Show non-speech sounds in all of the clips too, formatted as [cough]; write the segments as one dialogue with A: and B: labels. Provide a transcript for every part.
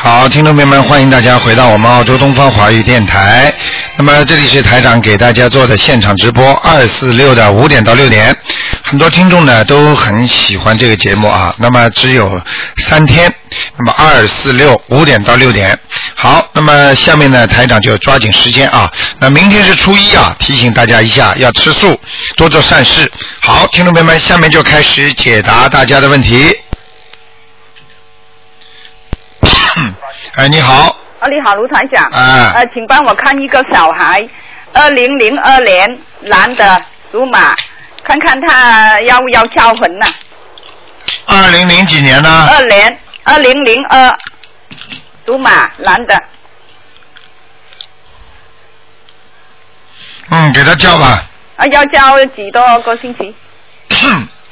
A: 好，听众朋友们，欢迎大家回到我们澳洲东方华语电台。那么这里是台长给大家做的现场直播，二四六的五点到六点。很多听众呢都很喜欢这个节目啊。那么只有三天，那么二四六五点到六点。好，那么下面呢台长就抓紧时间啊。那明天是初一啊，提醒大家一下要吃素，多做善事。好，听众朋友们，下面就开始解答大家的问题。哎，你好，
B: 啊，你好，卢台长。
A: 哎
B: 呃，请帮我看一个小孩，二零零二年男的，属马，看看他要不要敲魂呢、
A: 二零零几年呢？
B: 二年，二零零二，属马，男的。
A: 嗯，给他叫吧，
B: 啊，要交几多个星期？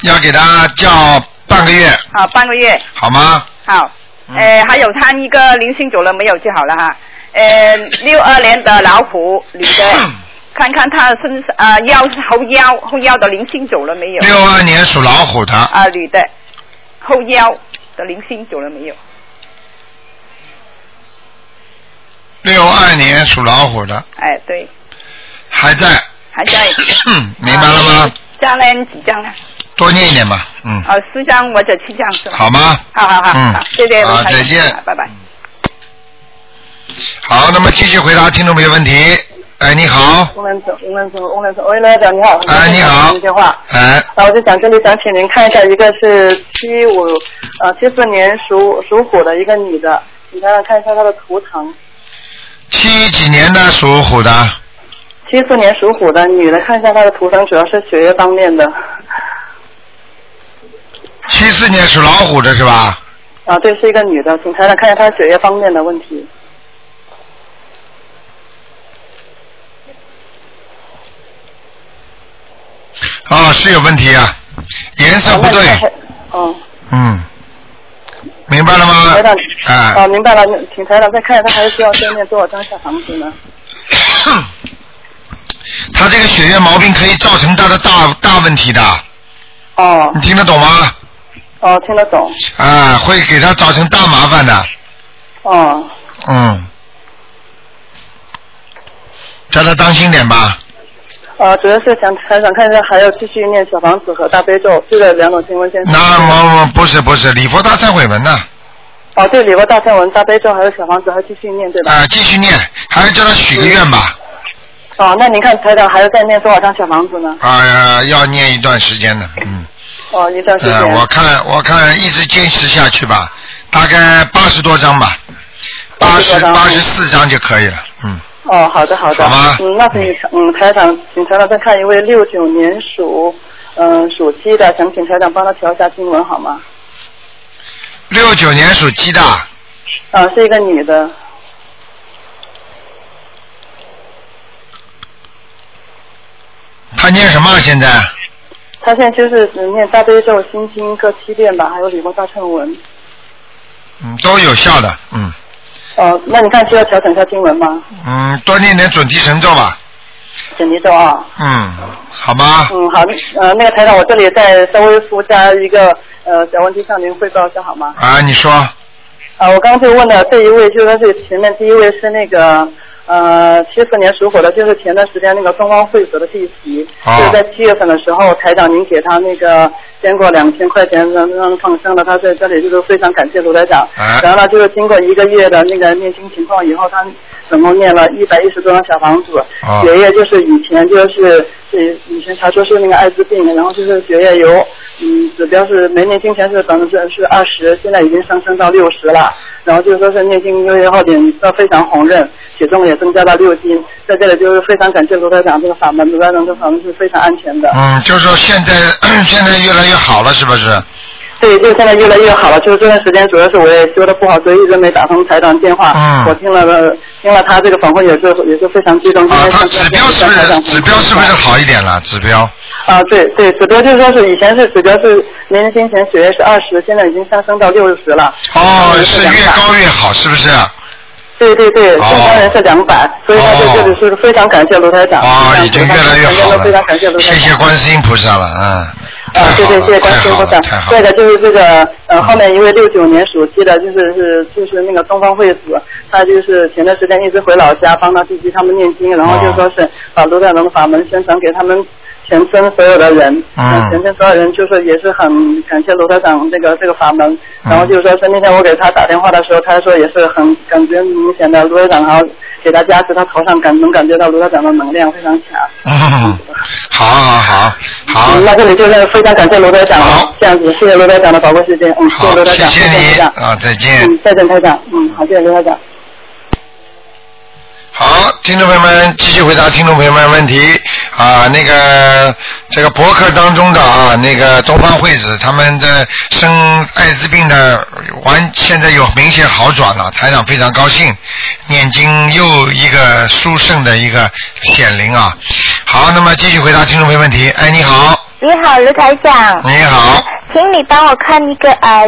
A: 要给他叫半个月，
B: 好，啊半个月。
A: 好吗？
B: 好。
A: 嗯
B: 呃，还有他一个零星走了没有就好了哈。呃，六二年的老虎，女的，
A: [coughs]
B: 看看他身啊腰后腰后腰的零星走了没有？
A: 六二年属老虎的，
B: 啊，女的，后腰的零星走了没有？
A: 六二年属老虎的
B: 哎，对，
A: 还在，
B: 还在。
A: [coughs] 明白了吗？
B: 加了几张了？
A: 多念一点吧，嗯，
B: 呃，四张或者七张是吧？
A: 好吗？
B: 好好好，
A: 嗯
B: 好谢谢卢
A: 好
B: 台长
A: 再见
B: 好拜拜。
A: 好，那么继续回答听众朋友问题。哎，你好，
C: 翁仁总，翁仁总，翁仁总，喂，罗院长你好。
A: 哎你好
C: 您电话。
A: 哎，
C: 啊，我就想这里想请您看一下，一个是七五呃七四年属属虎的一个女的，你看看一下她的图腾。
A: 七几年的属虎的，
C: 七四年属虎的女的，看一下她的图腾，主要是血液方面的。
A: 七四年属老虎的是吧？
C: 啊，对，是一个女的，请台长看一下她血液方面的问题。
A: 哦，是有问题啊，颜色不对，
C: 嗯，
A: 嗯，明白了吗
C: 台长？，
A: 哎，
C: 啊，明白了，请台长再看一下，她还需要先念多少张小房子呢？
A: [clears throat] 他这个血液毛病可以造成他的大大问题的，
C: 哦
A: 你听得懂吗？
C: 哦，听得懂。
A: 啊，会给他造成大麻烦的，
C: 哦，
A: 嗯，叫他当心点吧。
C: 呃，主要是想还想看一下，还要继续念小房子和大悲咒，这个两种经文先生。
A: 那么不是不是，礼佛大忏悔文呢？
C: 哦，对，礼佛大忏文、大悲咒还有小房子还继续念对吧？
A: 啊，继续念，还要叫他许个愿吧。
C: 哦，那您看台长还要再念多少张小房子呢？
A: 啊、要念一段时间的，嗯，
C: 哦，一段时间。
A: 呃，我看我看一直坚持下去吧，大概八十多张吧，八
C: 80
A: 十
C: 多张
A: 八十四张就可以了，嗯。
C: 哦，好的好
A: 好
C: 的。
A: 吗
C: 嗯，那请嗯台长，请台长再看一位六九年属嗯、属鸡的，想请台长帮他调一下经文好吗？
A: 六九年属鸡的，
C: 啊、是一个女的。
A: 他念什么啊现在？
C: 她现在就是只念大悲咒、心经各七遍吧，还有礼佛大忏文。
A: 嗯，都有效的，嗯
C: 哦，那你看需要调整一下经文吗？
A: 嗯，多念点准提神咒吧，
C: 准提咒啊。
A: 嗯，好吗？
C: 嗯，好，呃，那个台长，我这里再稍微附加一个呃小问题向您汇报一下好吗？
A: 啊，你说，
C: 啊，我刚刚就问了这一位，就说是前面第一位是那个呃七四年属虎的，就是前段时间那个东方汇所的弟媳，
A: 哦
C: 就是在七月份的时候，台长您给他那个捐过两千块钱，让让他放生了，他在这里就是非常感谢卢台长。
A: 哎
C: 然后呢，就是经过一个月的那个念经情况以后，他总共念了一百一十多张小房子，
A: 哦
C: 血液就是以前就是是以前查出是那个艾滋病，然后就是血液由嗯指标是没念经前是百分之是二十，现在已经上升到六十了，然后就是说是念经因为后脸色非常红润，体重也增加到六斤，在这里就是非常感谢卢台长这个法门，卢台长这个法门是非常安全的。
A: 嗯，就是说现在 [clears throat] 现在越来越好了，是不是？
C: 对，就现在越来越好了。就是这段时间，主要是我也修的不好，所以一直没打通台长电话。
A: 嗯
C: 我听了呃听了他这个访问，也是也是非常激动。因
A: 啊
C: 为，
A: 他
C: 上次
A: 指标是不
C: 台
A: 是
C: 长
A: 指标是不是好一点了？指标
C: 啊，对对，指标就是说是以前是指标是年轻前血液是二十，现在已经上升到六十了。
A: 哦，是
C: 两
A: 越
C: 百。
A: 高越好，是不是？
C: 对对对，正
A: 哦
C: 常人是两百，所以他
A: 哦
C: 在这里是非常感谢卢台长。
A: 哦，
C: 非常
A: 已经越来越
C: 非常
A: 好
C: 非常感谢卢
A: 了，
C: 台长。
A: 谢谢观世音菩萨了，嗯。太
C: 啊，
A: 好
C: 对对，
A: 了
C: 谢谢关
A: 太
C: 心
A: 好
C: 部
A: 了
C: 长
A: 太。好
C: 对
A: 了
C: 的，就是这个呃，后面一位六九年属鸡的，就是是就是那个东方惠子，他就是前段时间一直回老家帮他弟弟他们念经，然
A: 哦
C: 后就说是把卢太龙的法门宣传给他们。全村所有的人，
A: 嗯
C: 全村所有人就说也是很感谢卢台长这个这个法门，
A: 嗯
C: 然后就是说是那天我给他打电话的时候，他说也是很感觉明显的卢台长，然后给他加持，他头上感能感觉到卢台长的能量非常强。
A: 嗯， [laughs] 好好好好
C: 嗯，，那这里就是非常感谢罗台长
A: 好
C: 了，这样子，谢谢罗台长的宝贵时间，嗯，谢谢
A: 好，
C: 罗台
A: 谢
C: 长，
A: 谢
C: 谢
A: 你
C: 台长，
A: 啊，再见。
C: 嗯，再见台长，嗯，好，谢谢罗台长。
A: 好，听众朋友们，继续回答听众朋友们问题啊。那个这个博客当中的啊，那个东方惠子他们的生艾滋病的完，现在有明显好转了，台长非常高兴。念经又一个殊胜的一个显灵啊。好，那么继续回答听众朋友问题。哎，你好，
D: 你好，卢台长，
A: 你好，
D: 请你帮我看一个呃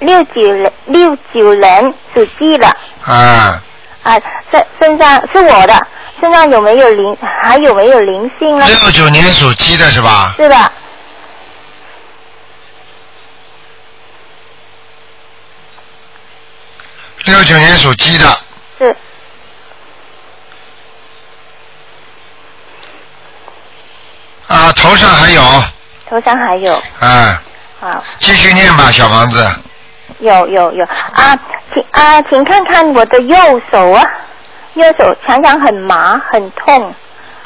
D: 六九人六九人属鸡的
A: 啊，
D: 啊、身身上是我的身上有没有灵还有没有灵性呢？
A: 六九年属鸡的是吧？
D: 是的，
A: 六九年属鸡的，
D: 是
A: 啊，头上还有，
D: 头上还有
A: 啊，
D: 啊
A: 继续念吧，小房子。
D: 有有有啊，请啊请看看我的右手啊，右手常常很麻很痛，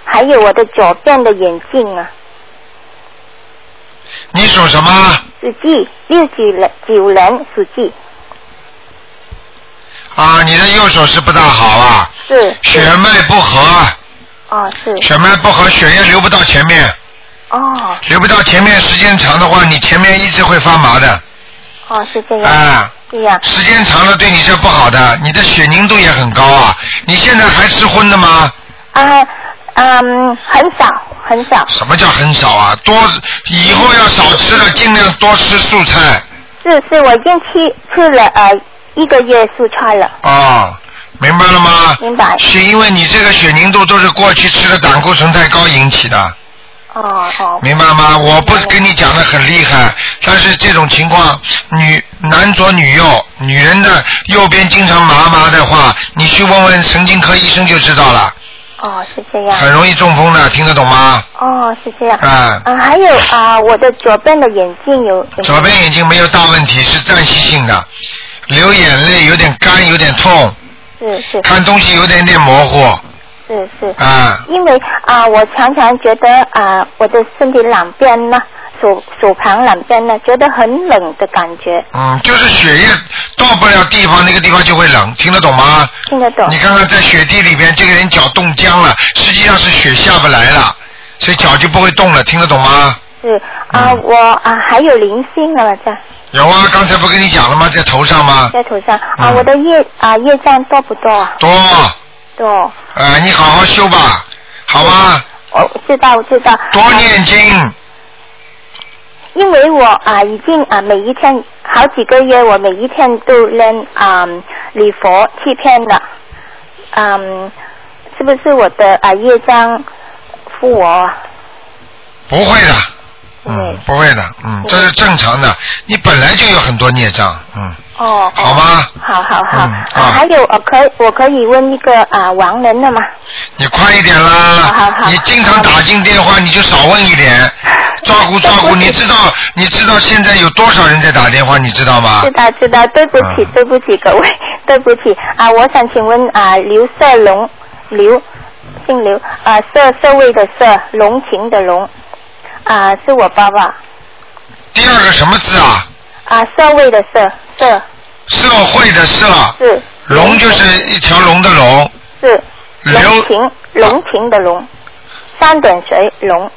D: 还有我的左边的眼镜啊，
A: 你属什么？
D: 属鸡六九人九人属鸡
A: 啊，你的右手是不大好啊，
D: 是
A: 血脉不和，
D: 哦是
A: 血脉不和，血液流不到前面，
D: 哦
A: 流不到前面，时间长的话，你前面一直会发麻的，
D: 哦是这样。
A: 啊，
D: 对呀、
A: 时间长了对你这不好的，你的血凝度也很高啊。你现在还吃荤的吗？
D: 啊，嗯，很少很少，
A: 什么叫很少啊？多，以后要少吃了，尽量多吃素菜
D: 是是，我已经去吃了呃一个月蔬菜了，
A: 哦，明白了吗？
D: 明白？
A: 是因为你这个血凝度都是过去吃的胆固醇太高引起的。
D: 哦哦，
A: 明白吗？我不是跟你讲的很厉害，但是这种情况，女男左女右，女人的右边经常麻麻的话，你去问问神经科医生就知道了，
D: 哦是这样，
A: 很容易中风的，听得懂吗？
D: 哦是这样。
A: 啊、
D: 啊，还有啊，我的左边的眼睛有，
A: [laughs]
D: 有
A: 左边眼睛没有大问题，是暂时性的，流眼泪，有点干，有点痛，
D: 是是
A: 看东西有点点模糊，
D: 是是，
A: 啊、
D: 因为啊，我常常觉得啊，我的身体两边呢，手手旁两边呢，觉得很冷的感觉，
A: 嗯，就是血液到不了地方，那个地方就会冷，听得懂吗？
D: 听得懂
A: 你？看看在雪地里边，这个人脚冻僵了，实际上是雪下不来了，所以脚就不会动了，听得懂吗？
D: 是啊，
A: 嗯
D: 我啊还有灵性了在。
A: 有啊，刚才不跟你讲了吗？在头上吗？
D: 在头上啊，
A: 嗯
D: 我的业啊业障多不多啊？
A: 多，
D: 多，
A: 呃，你好好修吧，好吧，
D: 我知道我知道。
A: 多
D: 啊
A: 念经，
D: 因为我啊已经啊每一天好几个月，我每一天都扔啊礼佛七天了，嗯，是不是我的啊业障负我啊？
A: 不会的，嗯
D: 嗯，
A: 不会的，嗯，这是正常的，你本来就有很多孽障，嗯，
D: 哦，哦
A: 好吗？
D: 好好好，
A: 嗯好
D: 啊还有我可以我可以问一个啊亡人的吗？
A: 你快一点
D: 好好
A: 啦！
D: 好
A: 你经常打进电话，你就少问一
D: [laughs]
A: 点，照顾照顾。你知道你知道现在有多少人在打电话，你知道吗
D: 知？道知道，对不起
A: 嗯
D: 对不起各位，对不起啊，我想请问啊，刘色龙，刘，姓刘啊，色色味的色，龙情的龙，啊，是我爸爸
A: 第二个什么字啊？
D: 啊，社会的社社
A: 社会的社，
D: 是
A: 龙就是一条龙的龙，
D: 是龙
A: 刘
D: 情龙情的龙，三点水龙，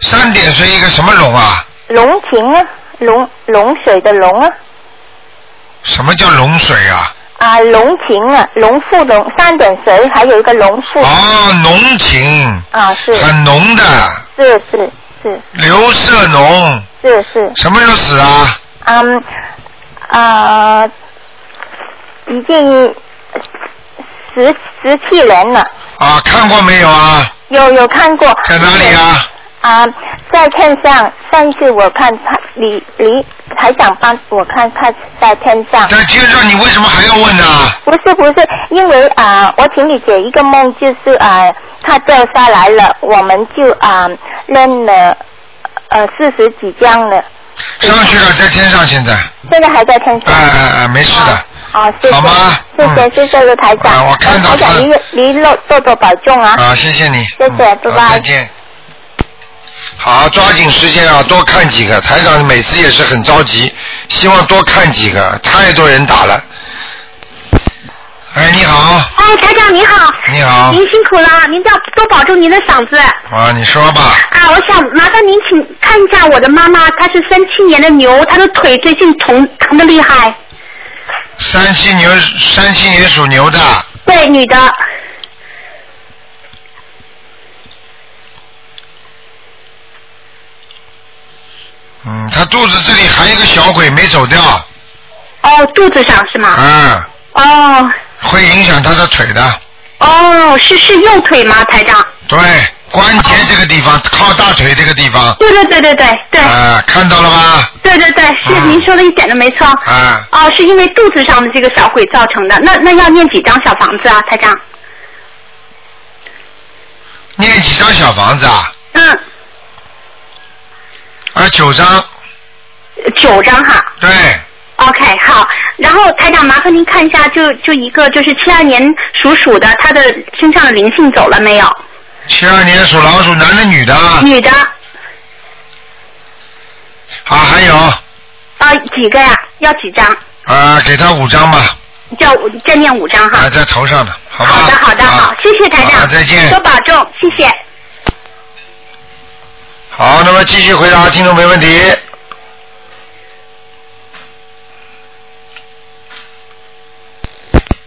A: 三点水一个什么龙啊？
D: 龙情啊，龙龙水的龙啊。
A: 什么叫龙水啊？
D: 啊，龙情啊，龙富龙三点水，还有一个龙富、
A: 哦，浓情，
D: 啊，是
A: 很浓的，
D: 是是是
A: 刘社浓，
D: 是是，
A: 什么时候死啊？
D: 嗯，啊，已经十十七年了，
A: 啊，看过没有啊？
D: 有有看过。
A: 在哪里？啊？
D: 啊，在天上，上一次我看他李李台长帮我看他在天上，
A: 在天上你为什么还要问呢、啊
D: 不是不是，因为啊、我请你解一个梦，就是啊、他掉下来了，我们就啊、扔了呃四十几张了，
A: 上去了，在天上现在，
D: 现在还在天
A: 哎
D: 上。
A: 哎哎，没事的。
D: 啊，谢谢，
A: 好吗
D: 谢谢
A: 嗯，
D: 谢谢卢台
A: 啊
D: 长。
A: 我看到
D: 台长，
A: 他
D: 您您多多多保重啊。
A: 啊，谢谢你，
D: 谢谢
A: 嗯
D: 拜拜
A: 好再见。好，抓紧时间啊，多看几个。台长每次也是很着急，希望多看几个，太多人打了。哎，你好，
E: 哎，台长您好，
A: 你好，
E: 您辛苦了，您要多保重您的嗓子。
A: 啊，你说吧，
E: 啊，我想麻烦您请看一下我的妈妈，她是三七年的牛，她的腿最近疼疼的厉害。
A: 三七牛，三七年属牛的，
E: 对，女的。
A: 嗯，他肚子这里还有一个小鬼没走掉，
E: 哦，肚子上是吗？
A: 嗯，
E: 哦
A: 会影响他的腿的，
E: 哦，是是右腿吗，台长？
A: 对，关节这个地方，靠大腿这个地方，
E: 对对对对对对、
A: 啊，看到了吧？
E: 对对对，是、
A: 嗯
E: 您说的一点都没错。
A: 啊，
E: 哦，是因为肚子上的这个小鬼造成的。那那要念几张小房子啊，台长？
A: 念几张小房子啊？
E: 嗯，
A: 啊，九张，
E: 九张哈。
A: 对，
E: OK，好。然后台长，麻烦您看一下，就就一个就是七二年属鼠的，他的身上的灵性走了没有？
A: 七二年属老鼠，男的女的啊？
E: 女的
A: 啊，还有
E: 啊、几个呀？要几张？
A: 啊，给他五张吧，
E: 叫我再念五张
A: 啊，
E: 哈。
A: 在头上的，好吧？
E: 好的，好的，
A: 啊
E: 好，谢谢台
A: 好
E: 长，
A: 再见
E: 多保重，谢谢。
A: 好，那么继续回答听众没问题。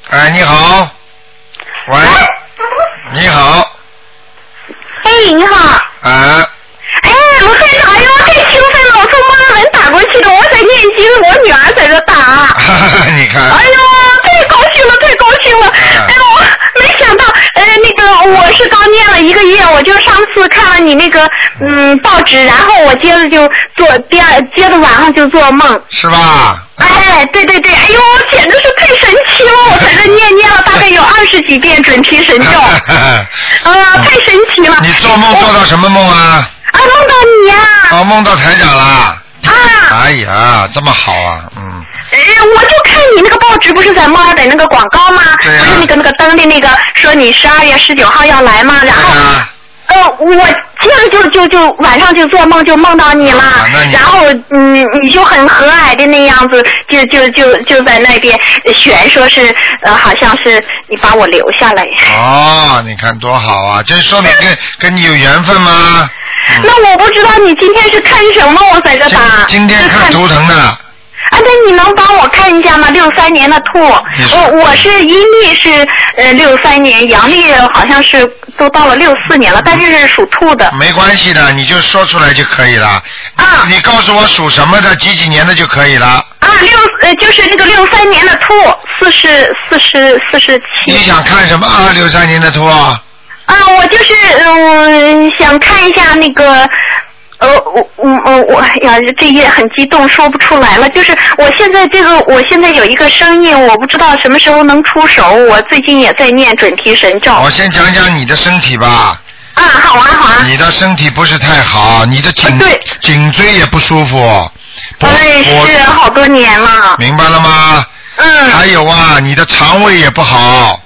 A: 哎，你好，喂，
E: 啊
A: 你好，
E: 哎，你好。
A: 啊， [laughs]
E: 哎，卢台长，哎呦，我太兴奋了！我从墨尔本打过去的，我在念经，我女儿在这打。 [laughs]
A: 哈哈你看，
E: 哎呦，太高兴了，太高兴了！哎呦，我没想到，呃，那个我是刚念了一个月，我就上次看了你那个嗯报纸，然后我接着就做第二，接着晚上就做梦。
A: 是吧？
E: 哎，对对对，哎呦，简直是太神奇了！我在这念念了大概有二十几遍准提神 [laughs] 咒，啊、太神奇了！
A: [laughs] 你做梦做到什么梦啊？
E: 啊，梦到你呀、
A: 哦，梦到台长啦！
E: 啊
A: 哎呀，这么好啊，嗯，
E: 哎，我就看你那个报纸，不是在墨尔本那个广告吗？
A: 对啊呀
E: 不是那个那个登的那个，说你十二月十九号要来吗？然
A: 对
E: 后，
A: 啊，
E: 呃，我接着就就就晚上就做梦，就梦到你了。
A: 啊那你
E: 然后，嗯，你就很和蔼的那样子，就就就就在那边悬，说是呃，好像是你把我留下来。
A: 哦，你看多好啊，这说明跟跟你有缘分吗？嗯
E: 那我不啊知道你今天是看什么，我在这
A: 今
E: 打。
A: 今天
E: 是
A: 看图腾的，
E: 啊，那你能帮我看一下吗？六三年的兔，呃
A: 你说
E: 我我是阴历是呃六三年，阳历好像是都到了六四年了，但是是属兔的。
A: 没关系的，你就说出来就可以了。
E: 啊
A: 你告诉我属什么的，几几年的就可以了。
E: 啊，六呃就是那个六三年的兔，四十四十四十
A: 你
E: 七。
A: 想看什么啊？六三年的图啊？
E: 啊，我就是嗯、想看一下那个。呃，我我我我哎呀，这也很激动，说不出来了。就是我现在这个，我现在有一个生意，我不知道什么时候能出手。我最近也在念准提神咒。
A: 我先讲讲你的身体吧，
E: 啊，好啊，好啊。
A: 你的身体不是太好，你的颈
E: 啊对
A: 颈椎也不舒服。脖
E: 哎，
A: 脖
E: 是好多年了。
A: 明白了吗？还
E: 嗯
A: 有啊，你的肠胃也不好，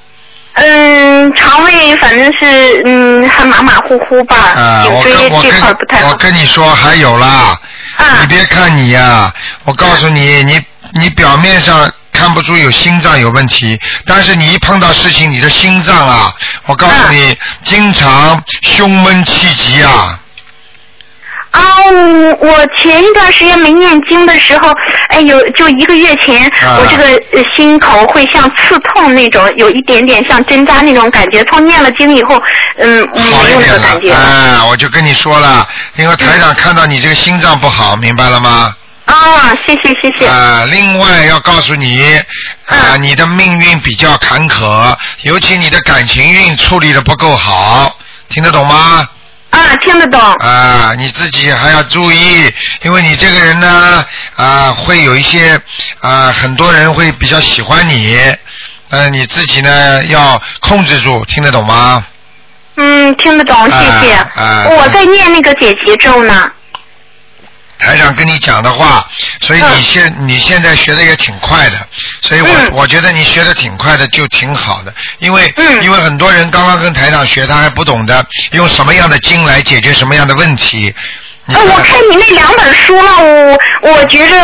E: 嗯，肠胃反正是嗯，还马马虎虎吧，
A: 啊、
E: 颈
A: 我跟
E: 椎
A: 我
E: 这块儿不太
A: 跟我
E: 好。
A: 跟你说，还有啦，你
E: 啊
A: 别看你呀、我告诉你，你你表面上看不出有心脏有问题，但是你一碰到事情，你的心脏啊，我告诉你，经常胸闷气急啊，
E: 啊，我我前一段时间没念经的时候，哎有就一个月前，
A: 啊
E: 我这个呃心口会像刺痛那种，有一点点像针扎那种感觉。从念了经以后，嗯，
A: 好
E: 没
A: 一
E: 有那
A: 点
E: 个
A: 了
E: 感。觉。
A: 哎、我就跟你说了，因为台长看到你这个心脏不好，明白了吗？
E: 啊，谢谢谢谢。
A: 啊、另外要告诉你，啊、
E: 嗯
A: 你的命运比较坎坷，尤其你的感情运处理的不够好，听得懂吗？
E: 啊，听得懂。
A: 啊，你自己还要注意，因为你这个人呢，啊，会有一些啊，很多人会比较喜欢你，但是你自己呢要控制住，听得懂吗？
E: 嗯，听得懂，谢谢。
A: 啊啊
E: 我在念那个解结咒呢。
A: 台长跟你讲的话，所以你
E: 嗯
A: 现、你现在学的也挺快的，所以我、
E: 嗯
A: 我觉得你学的挺快的就挺好的，因为、
E: 嗯
A: 因为很多人刚刚跟台长学，他还不懂得用什么样的经来解决什么样的问题。你
E: 呃，
A: 看
E: 我看你那两本书了，我我觉着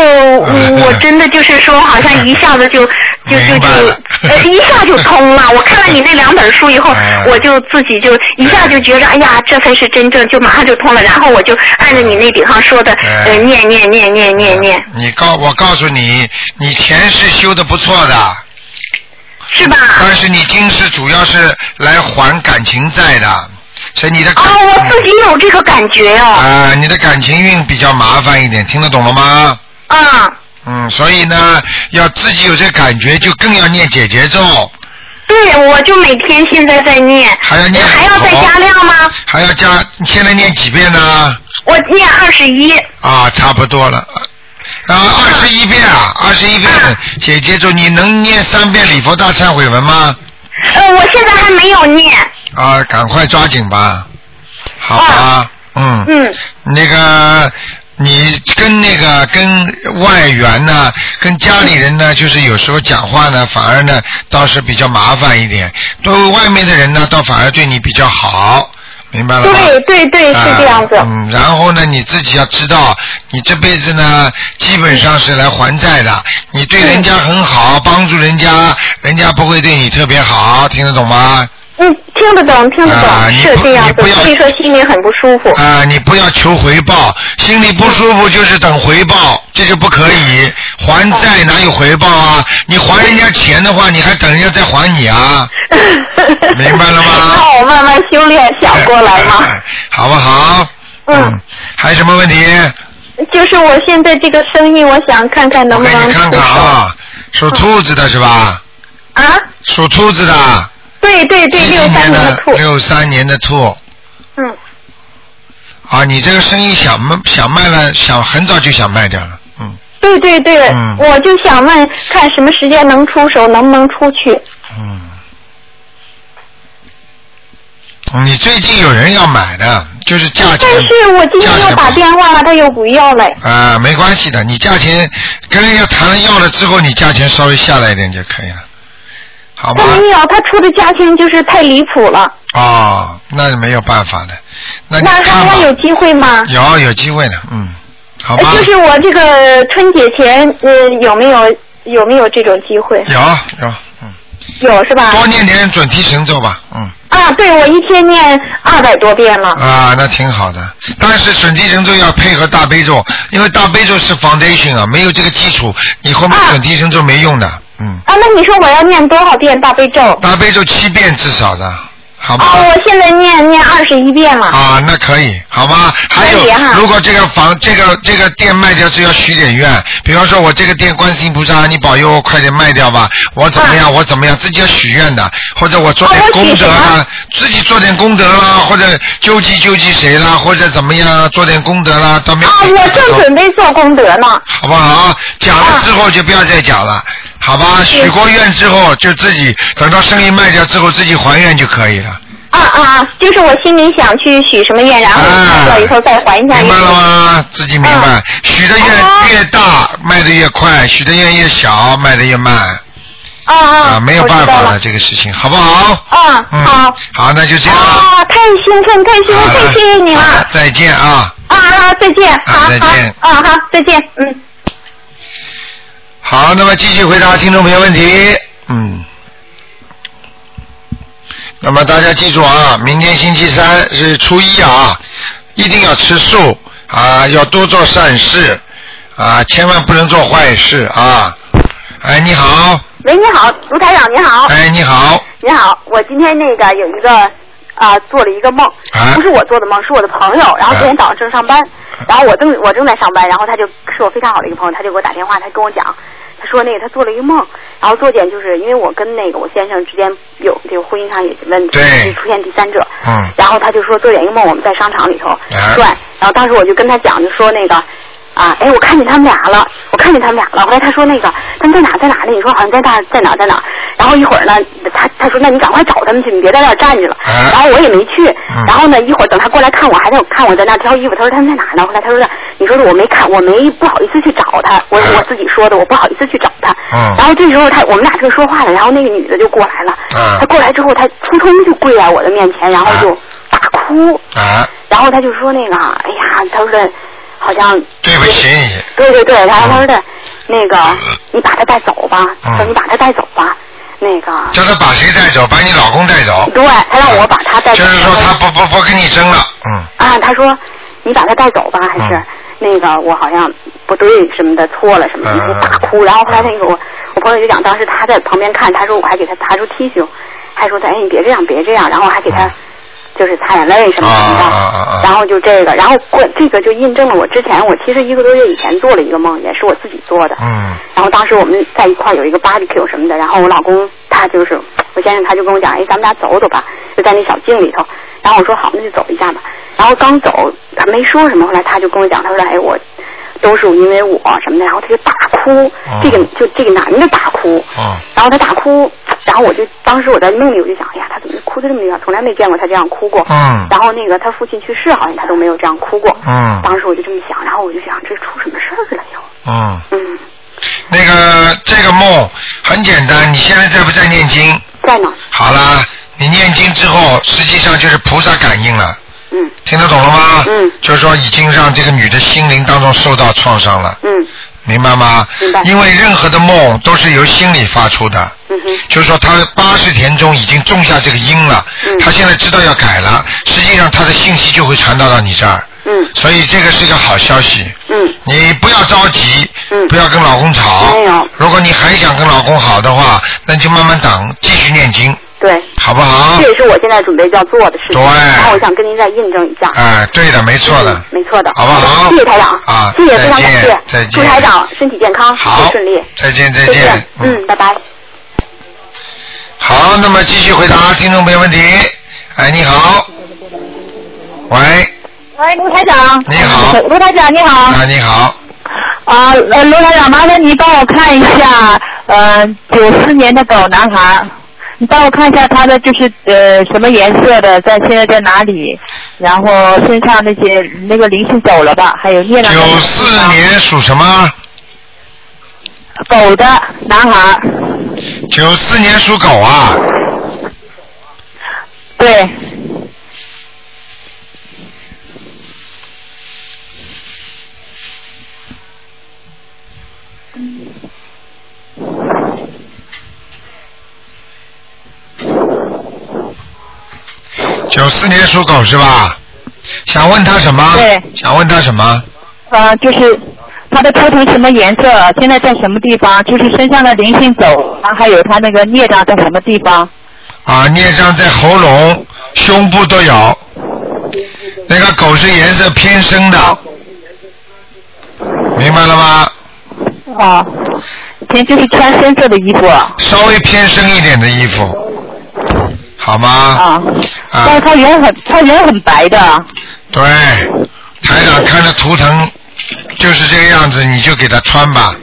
A: 嗯
E: 我我真的就是说，好像一下
A: [laughs]
E: 子就就就
A: 明白
E: 就
A: 了
E: 呃一下就通了。我看了你那两本书以后
A: 哎，
E: 我就自己就一下就觉着，哎呀，这才是真正，就马上就通了。然后我就按照你那顶上说的，
A: 哎
E: 呃，念念念念念念，
A: 你告我告诉你，你前世修的不错的，
E: 是吧？
A: 但是你今世主要是来还感情债的，所以你的
E: 哦
A: 感，
E: 我自己有这个感觉哦，
A: 啊、你的感情运比较麻烦一点，听得懂了吗？
E: 啊，
A: 嗯，所以呢，要自己有这感觉，就更要念解结咒，
E: 对，我就每天现在在念，
A: 还要念
E: 还要再
A: 好
E: 加量吗？
A: 还要加。你现在念几遍呢？
E: 我念二十一，
A: 啊，差不多了。然后二十一遍啊，二十一遍
E: 啊
A: 解结咒，你能念三遍礼佛大忏悔文吗？
E: 呃，我现在还没有念。
A: 啊，赶快抓紧吧，好吧，嗯，
E: 嗯，
A: 那个你跟那个跟外援呢，跟家里人呢，就是有时候讲话呢，反而呢倒是比较麻烦一点，对外面的人呢，倒反而对你比较好，明白了吗？
E: 对对对，是这样子。
A: 啊嗯，然后呢，你自己要知道，你这辈子呢，基本上是来还债的。你对人家很
E: 嗯
A: 好，帮助人家，人家不会对你特别好，听得懂吗？
E: 嗯，听得懂，听得懂，
A: 啊你
E: 是
A: 不
E: 这样子
A: 你不要，
E: 所以说心里很不舒服。
A: 啊、你不要求回报，心里不舒服就是等回报，这就不可以。还债哪有回报啊？你还人家钱的话，你还等人家再还你
E: [laughs]
A: 啊？明白了吗
E: 那我慢慢修炼，想过来嘛。
A: 好不好？
E: 嗯
A: 还有什么问题？
E: 就是我现在这个生意，我想看看能
A: 我
E: 不
A: 给
E: 能
A: 你看看啊，
E: 嗯
A: 属兔子的是吧？
E: 出手啊，
A: 属兔子的，
E: 对对对，
A: 几
E: 六
A: 几
E: 三
A: 年
E: 年的
A: 的
E: 兔，
A: 六三年的兔
E: 嗯，
A: 啊，你这个生意想卖想卖了，想很早就想卖掉了，嗯。
E: 对对对，
A: 嗯
E: 我就想问，看什么时间能出手，能不能出去？
A: 嗯，你最近有人要买的，就是价钱
E: 但。是我今天又打电话了，他又不要了。
A: 啊、没关系的，你价钱跟人家谈了要了之后，你价钱稍微下来一点就可以了，好吗
E: 他？没有，他出的价钱就是太离谱了。
A: 哦，那没有办法的，那你
E: 那
A: 看
E: 还
A: 吧
E: 还，有机会吗？
A: 有有机会的，嗯，好吧，
E: 呃就是我这个春节前，呃，有没有有没有这种机会？
A: 有有，嗯，
E: 有是吧？
A: 多念点准提神咒吧，嗯，
E: 啊，对，我一天念二百多遍了。
A: 啊，那挺好的。但是准提神咒要配合大悲咒，因为大悲咒是 foundation 啊，没有这个基础，你后面
E: 啊
A: 准提神咒没用的。嗯，
E: 啊，那你说我要念多少遍大悲咒？
A: 大悲咒七遍至少的，好吗？
E: 啊，我现在念念二十一遍了。
A: 啊，那可以，好吗？还有
E: 可以哈，
A: 如果这个房、这个这个店卖掉，就要许点愿。比方说，我这个店观世音菩萨，你保佑我快点卖掉吧，我怎么样，我怎么样，自己要许愿的，或者我做点
E: 啊哦我许
A: 功德
E: 什
A: 啦
E: 么，
A: 自己做点功德啦，或者救济救济谁啦，或者怎么样，做点功德啦，到没有？
E: 啊，我正准备做功德呢。啊
A: 好不好？讲了之后就不要再讲了，好吧？许过愿之后，就自己等到生意卖掉之后，自己还愿就可以了。
E: 啊啊，就是我心里想去许什么愿，然后
A: 啊
E: 卖掉以后再还一下。
A: 明白了？吗？自己明白。许的
E: 哦
A: 愿越大，卖的越快；许的愿越小，卖的越慢。
E: 啊
A: 啊，
E: 啊，
A: 没有办法
E: 我知道
A: 了，
E: 了。
A: 这个事情，好不好？
E: 啊，
A: 嗯，
E: 好。
A: 好，那就这样了。
E: 啊，太兴奋，太兴奋，
A: 好了
E: 太谢谢你了。
A: 好的再见啊！
E: 啊啊，再见，好
A: 再
E: 好
A: 见
E: 啊好，再见，嗯。
A: 好，那么继续回答听众朋友问题。嗯。那么大家记住啊，明天星期三是初一啊，一定要吃素啊，要多做善事啊，千万不能做坏事啊。哎，你好，
F: 喂，你好，卢台长，你好，
A: 哎，你好，
F: 你好，我今天那个有一个啊、做了一个梦
A: 啊，
F: 不是我做的梦，是我的朋友。然后
A: 啊
F: 昨天早上
A: 哎
F: 正上班，然后我正我正在上班，然后他就是我非常好的一个朋友，他就给我打电话，他跟我讲，他说那个他做了一个梦，然后做见就是因为我跟那个我先生之间有这个婚姻上有问题，
A: 对
F: 就出现第三者，
A: 嗯
F: 然后他就说做点一个梦，我们在商场里头
A: 啊
F: 转，然后当时我就跟他讲，就说那个啊，哎，我看见他们俩了，我看见他们俩了。后来他说那个他们在哪儿在哪儿呢？你说好像在那在哪儿在哪儿。然后一会儿呢，他他说那你赶快找他们去，你别在那儿站着了。
A: 啊
F: 然后我也没去
A: 嗯。
F: 然后呢，一会儿等他过来看我，还在看我在那儿挑衣服。他说他们在哪儿呢？后来他说的，你说的我没看，我没不好意思去找他，我
A: 啊
F: 我自己说的，我不好意思去找他。
A: 嗯
F: 然后这时候他我们俩正说话呢，然后那个女的就过来了。
A: 啊
F: 她过来之后，她扑通就跪在我的面前，然后就
A: 啊
F: 大哭。
A: 啊，
F: 然后他就说那个，哎呀，他说的，好像
A: 对不起，
F: 对对对，然后他说的，那个你把他带走吧，
A: 嗯
F: 他说你把他带走吧，那个，
A: 叫他把谁带走，把你老公带走，
F: 对，他让我把他带走，
A: 哦就是说他
F: 然后
A: 不不不跟你争了，嗯，
F: 啊，他说你把他带走吧，还是、
A: 嗯
F: 那个我好像不对什么的，错了什么的，
A: 嗯
F: 就大哭。然后后来那个我我朋友就讲，当时他在旁边看，他说我还给他拿出 T 恤，还说他哎你别这样别这样，然后还给他。
A: 嗯
F: 就是擦眼泪什么什么的，
A: 啊啊啊啊
F: 然后就这个，然后过这个就印证了我之前我其实一个多月以前做了一个梦，也是我自己做的，
A: 嗯
F: 然后当时我们在一块儿有一个 barbecue 什么的，然后我老公他就是我先生，他就跟我讲，哎，咱们俩走走吧，就在那小径里头。然后我说好，那就走一下吧。然后刚走，他没说什么，后来他就跟我讲，他说，哎，我都是因为我什么的，然后他就大哭，
A: 哦
F: 这个就这个男的大哭，
A: 嗯
F: 然后他大哭，然后我就当时我在梦里我就想，哎呀，他怎么哭的这么厉害？从来没见过他这样哭过。
A: 嗯
F: 然后那个他父亲去世，好像他都没有这样哭过。
A: 嗯
F: 当时我就这么想，然后我就想，这出什么事儿了又？
A: 嗯，
F: 嗯，
A: 那个这个梦很简单，你现在在不在念经？
F: 在呢，
A: 好啦，你念经之后，实际上就是菩萨感应了。
F: 嗯。
A: 听得懂了吗？
F: 嗯
A: 就是说已经让这个女的心灵当中受到创伤了，
F: 嗯
A: 明白吗？
F: 明白
A: 因为任何的梦都是由心里发出的，
F: 嗯哼。
A: 就是说她八十田中已经种下这个因了，
F: 嗯
A: 她现在知道要改了，实际上她的信息就会传达到你这儿，
F: 嗯
A: 所以这个是一个好消息。
F: 嗯
A: 你不要着急，
F: 嗯
A: 不要跟老公吵。
F: 没有
A: 如果你还想跟老公好的话，那你就慢慢等，继续念经，，
F: 对，
A: 好不好？
F: 这也是我现在准备要做的事情。
A: 啊对
F: 然后我想跟您再印证一下。
A: 哎，对的，没错的
F: 嗯，没错的，
A: 好不好？
F: 谢谢台长，
A: 啊，
F: 谢谢，非常
A: 再
F: 感
A: 见
F: 谢，
A: 再见，
F: 祝台长身体健康，一
A: 好
F: 切顺利，，
A: 再见，再
F: 再
A: 见，
F: 嗯，拜拜。
A: 好，那么继续回答听众朋友问题。哎，你好，喂，
G: 喂，卢台长。
A: 你好
G: 卢台长，你好。
A: 啊，你好，
G: 啊，呃，卢台长，麻烦你帮我看一下，呃，九四年的狗男孩，你帮我看一下他的就是呃什么颜色的，在现在在哪里，然后身上那些那个灵性走了吧，还有孽障在哪
A: 九
G: 里。
A: 四年属什么？
G: 狗的男孩，
A: 九四年属狗啊，
G: 对，
A: 九四年属狗是吧？想问他什么？
G: 对
A: 想问他什么？
G: 呃，就是他的头腾什么颜色，现在在什么地方，就是身上的灵性走了，还有他那个孽障在什么地方。
A: 啊，孽障在喉咙、胸部都有。那个狗是颜色偏深的，明白了吗？
G: 哦，前就是穿深色的衣服啊，
A: 稍微偏深一点的衣服，好吗？啊
G: 啊但是他人很他人很白的，
A: 对，台长看着图腾就是这个样子，你就给它穿吧，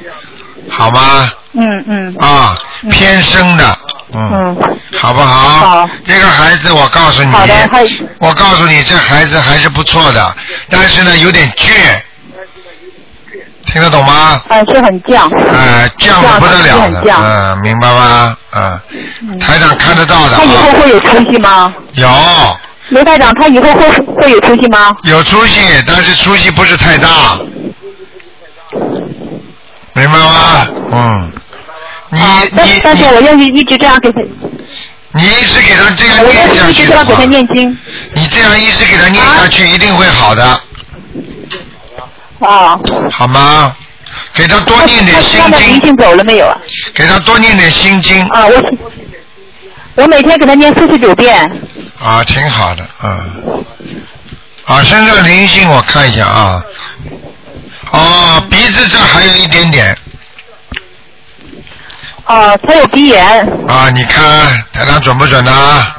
A: 好吗？
G: 嗯嗯
A: 啊，偏深的，嗯，
G: 嗯，
A: 好不好？
G: 好
A: 这个孩子，我告诉你
G: 好的，还
A: 我告诉你，这孩子还是不错的，但是呢，有点倔，听得懂吗？
G: 呃是很犟，
A: 呃，犟的不得了的
G: 犟，犟
A: 嗯、明白吗？嗯、台长看得到的啊
G: 他以，后会有出息吗？
A: 有
G: 刘台长，他以后会会有出息吗？
A: 有出息，但是出息不是太大，明白吗？嗯，你
G: 啊，但
A: 你
G: 但是我愿意一直这样给他，
A: 你你一直给他这样
G: 我
A: 念
G: 愿
A: 下
G: 意一直
A: 去
G: 这
A: 的
G: 样给
A: 话
G: 他，念经。
A: 你这样一直给他念下去，一定会好的，
G: 啊，
A: [laughs] 好吗？给他多
G: 他
A: 念点
G: [laughs] 他
A: 心
G: 身上的灵
A: 经，
G: 性走了没有啊？
A: 给他多念点心经
G: 啊，我我每天给他念四十九遍。
A: 啊，挺好的，嗯。啊，身上灵性我看啊一下啊，哦，鼻子这还有一点点，
G: 哦，他有鼻炎
A: 啊，你看台长准不准呢、啊？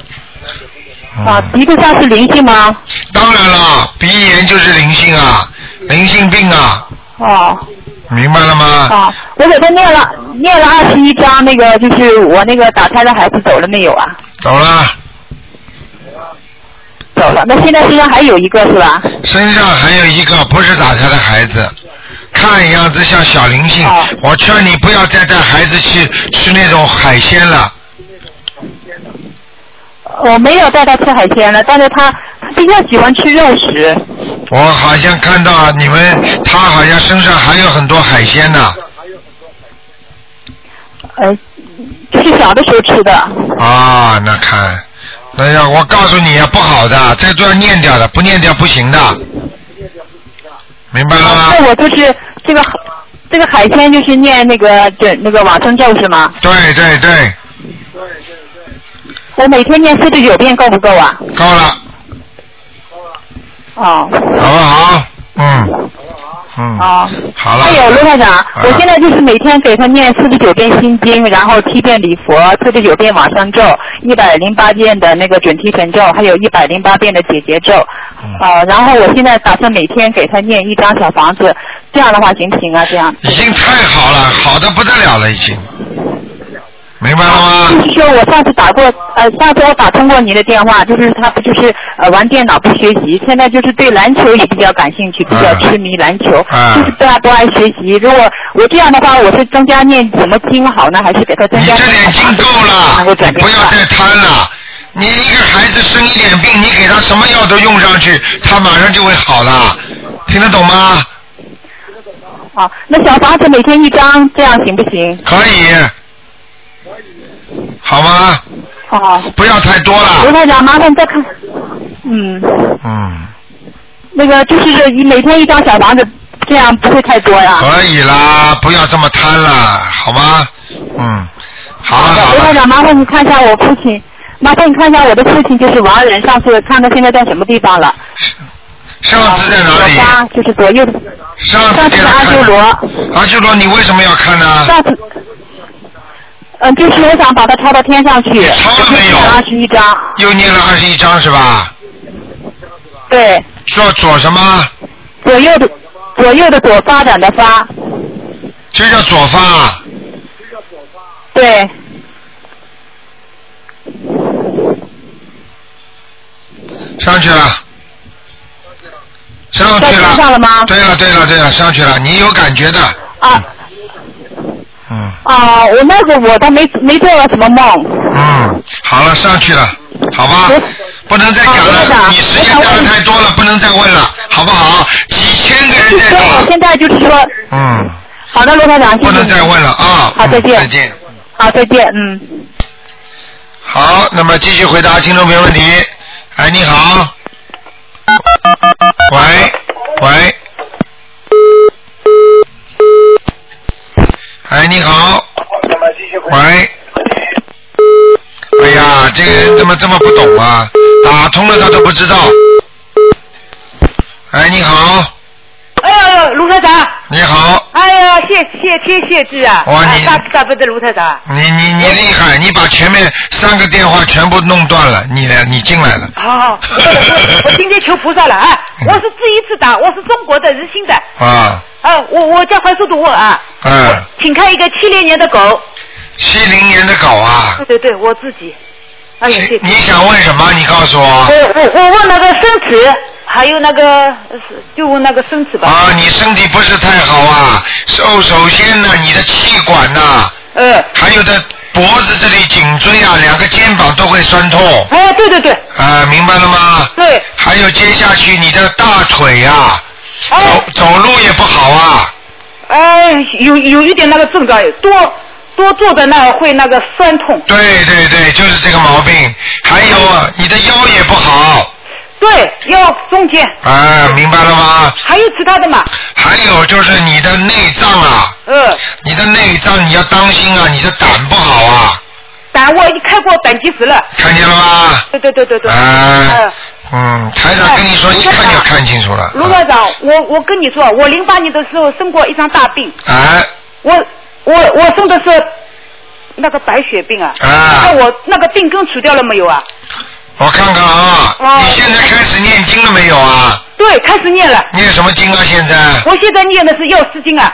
A: 嗯
G: 啊，鼻子上是灵性吗？
A: 当然了，鼻炎就是灵性啊，灵性病啊，
G: 哦，
A: 明白了吗？
G: 啊，我给他念了念了二十一章，那个就是我那个打胎的孩子走了没有啊？
A: 走了，
G: 走了，啊那现在身上还有一个是吧？
A: 身上还有一个不是打胎的孩子，看样子像小灵性
G: 哦。
A: 我劝你不要再带孩子去吃那种海鲜了。
G: 我没有带他吃海鲜了，但是他他比较喜欢吃肉食。
A: 我好像看到你们，他好像身上还有很多海鲜呢。
G: 呃，就是小的时候吃的。
A: 啊，那看，那要我告诉你啊，不好的，这都要念掉的，不念掉不行的，明白了吗？
G: 那我就是这个这个海鲜，就是念那个准那个往生咒是吗？
A: 对对对，
G: 我每天念四十九遍够不够啊？
A: 够了，
G: 哦，
A: 好不好？嗯，嗯，
G: 哦。
A: 好了
E: 哎
A: 啊
G: 还，有罗台长，我现在就是每天给他念四十九遍心经，然后七遍礼佛，四十九遍往生咒，一百零八遍的那个准提神咒，还有一百零八遍的解结咒。
A: 嗯
G: 啊、然后我现在打算每天给他念一张小房子，这样的话行不行啊？这样。
A: 已经太好了，好的不得了了，已经，明白了
G: 就
A: 吗？
G: 是说我上次打过，呃，上次我打通过您的电话，就是他不就是呃玩电脑不学习，现在就是对篮球也比较感兴趣，
A: 哎
G: 比较痴迷篮球，
A: 啊
G: 就是大家都爱学习。如果我这样的话，我是增加念什么经好呢，还是给他增
A: 你
G: 加？
A: 这点经够
G: 能
A: 了，
G: 够
A: 你
G: 转
A: 不
G: 变
A: 要再贪了。你一个孩子生一点病，你给他什么药都用上去，他马上就会好了，听得懂吗？
G: 好，那小房子每天一张，这样行不行？
A: 可以，好吗？
G: 哦，
A: 不要太多
G: 刘
A: 了。
G: 台长，麻烦再看，嗯，
A: 嗯，
G: 那个就是一每天一张小房子，这样不会太多呀。
A: 可以啦，不要这么贪了，好吗？嗯，好了好
G: 刘台
A: 了，
G: 长，麻烦你看一下我父亲，麻烦你看一下我的父亲，就是王仁，上次看他现在在什么地方了？
A: 上次在哪里
G: 左？八就是左右的，
A: 上次
G: 上
A: 给
G: 次是
A: 他
G: 阿修
A: 看
G: 罗
A: 的。，阿修罗，你为什么要看呢？
G: 上次，嗯，就是我想把他抄到天上去，
A: 抄了没有
G: 二十一章，
A: 又念了二十一章是吧？
G: 对，
A: 说左什么？
G: 左右的左右的左发展的发，
A: 这叫左啊发。
G: 对，
A: 上去了，上
G: 到
A: 去
G: 天上
A: 了。
G: 了吗？
A: 对了对了对了，上去了，你有感觉的。
G: 啊
A: 嗯
G: 啊，我那个我倒没没做了什么梦，
A: 嗯，好了，上去了，好吧
G: 我，
A: 不能再讲
G: 啊我
A: 了，
G: 想
A: 你时间讲的太多了，不能再问了，好不好？几千个人
G: 所
A: 在
G: 以我
A: 等，
G: 现在就是说，
A: 嗯，
G: 好的，罗台长，谢
A: 不
G: 谢
A: 能再
G: 你，
A: 问了啊。
G: 好再见
A: 嗯再见。
G: 好，再见，嗯。
A: 好，那么继续回答听众朋友问题。哎，你好。喂，喂。哎，你好。喂。哎呀，这个人怎么这么不懂啊？打通了他都不知道。哎，你好，
H: 哎呦，卢台长，
A: 你好，
H: 哎呀，谢谢天谢地啊！
A: 哇你
H: 大慈大悲的卢台长。
A: 你你
H: 哦
A: 你厉害，你把前面三个电话全部弄断了，你你进来了。
H: 好
A: [laughs]
H: 好，我我我今天求菩萨了啊！
A: 嗯
H: 我是第一次打，我是中国的人心的
A: 啊，
H: 啊！我我叫快速度问啊，
A: 嗯，
H: 请看一个七零年的狗，
A: 啊七零年的狗啊
H: 对，对对，我自己。哎呀，对
A: 你，想问什么？你告诉我。
H: 我我我问那个生子，还有那个呃是就问那个生子吧。
A: 啊，你身体不是太好啊，首首先呢，你的气管呐、
H: 呃，
A: 还有的脖子这里、颈椎啊，两个肩膀都会酸痛，
H: 哎，对对对
A: 啊，明白了吗？
H: 对，
A: 还有接下去你的大腿啊，走
H: 哎
A: 走路也不好啊，
H: 哎，有有一点那个症状，多多坐在那儿会那个酸痛。
A: 对对对，就是这个毛病。还有啊，你的腰也不好，
H: 对，要中间
A: 啊，明白了吗？
H: 还有其他的嘛？
A: 还有就是你的内脏啊，
H: 呃，
A: 你的内脏你要当心啊，你的胆不好啊，
H: 胆我一开过胆结石了。
A: 看见了吗？
H: 对对对对对。
A: 啊
H: 呃，
A: 嗯，台长跟你说，
H: 哎
A: 一看就看清楚了。
H: 卢科长，我我跟你说，哎我零八年的时候生过一场大病，
A: 哎，
H: 我我我生的是那个白血病啊，
A: 啊
H: 那个我那个病根除掉了没有啊？
A: 我看看啊，
H: 哦
A: 你现在开始念经了没有啊？
H: 对，开始念了，
A: 念什么经啊？现在？
H: [laughs] 我现在念的是药师经啊，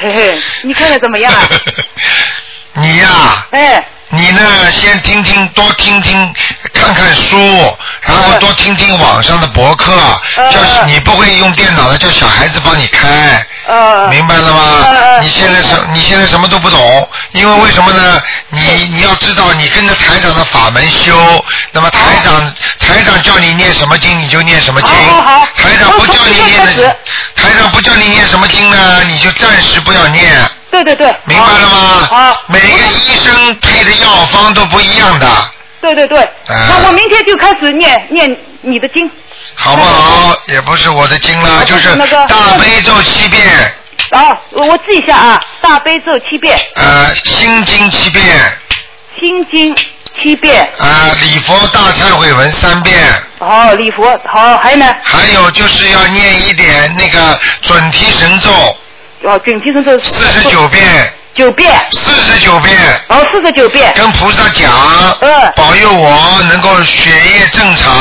H: 嘿嘿，你看看怎么样啊？
A: 你呀、
H: 哎，
A: 你呢，先听听，多听听，看看书，然后多听听网上的博客。
H: 呃
A: 叫你不会用电脑的，叫小孩子帮你开。
H: 呃，
A: 明白了吗
H: 呃？
A: 你现在什你现在什么都不懂，因为为什么呢？你
H: 嗯
A: 你要知道，你跟着台长的法门修，那么台长台长叫你念什么经，你就念什么经
H: 好好好。
A: 台长不叫你念
H: 从现在开
A: 的
H: 始，
A: 台长不叫你念什么经呢，你就暂时不要念。
H: 对对对，
A: 明白了吗？
H: 好
A: 每个医生配的药方都不一样的，
H: 对对对，
A: 嗯
H: 那我明天就开始念念你的经
A: 好不好？也不是我的经啦，
H: 那个
A: 就是
H: 那个
A: 大悲咒七遍，
H: 啊，我我记一下啊，大悲咒七遍，
A: 呃，心经七遍，
H: 心经七遍，
A: 呃，礼佛大忏悔文三遍，
H: 好礼佛，好还有呢，
A: 还有就是要念一点那个准提神咒
H: 哦准提神咒
A: 四十九遍，
H: 九遍，
A: 四十九遍，
H: 哦四十九遍，
A: 跟菩萨讲，
H: 嗯
A: 保佑我能够血液正常。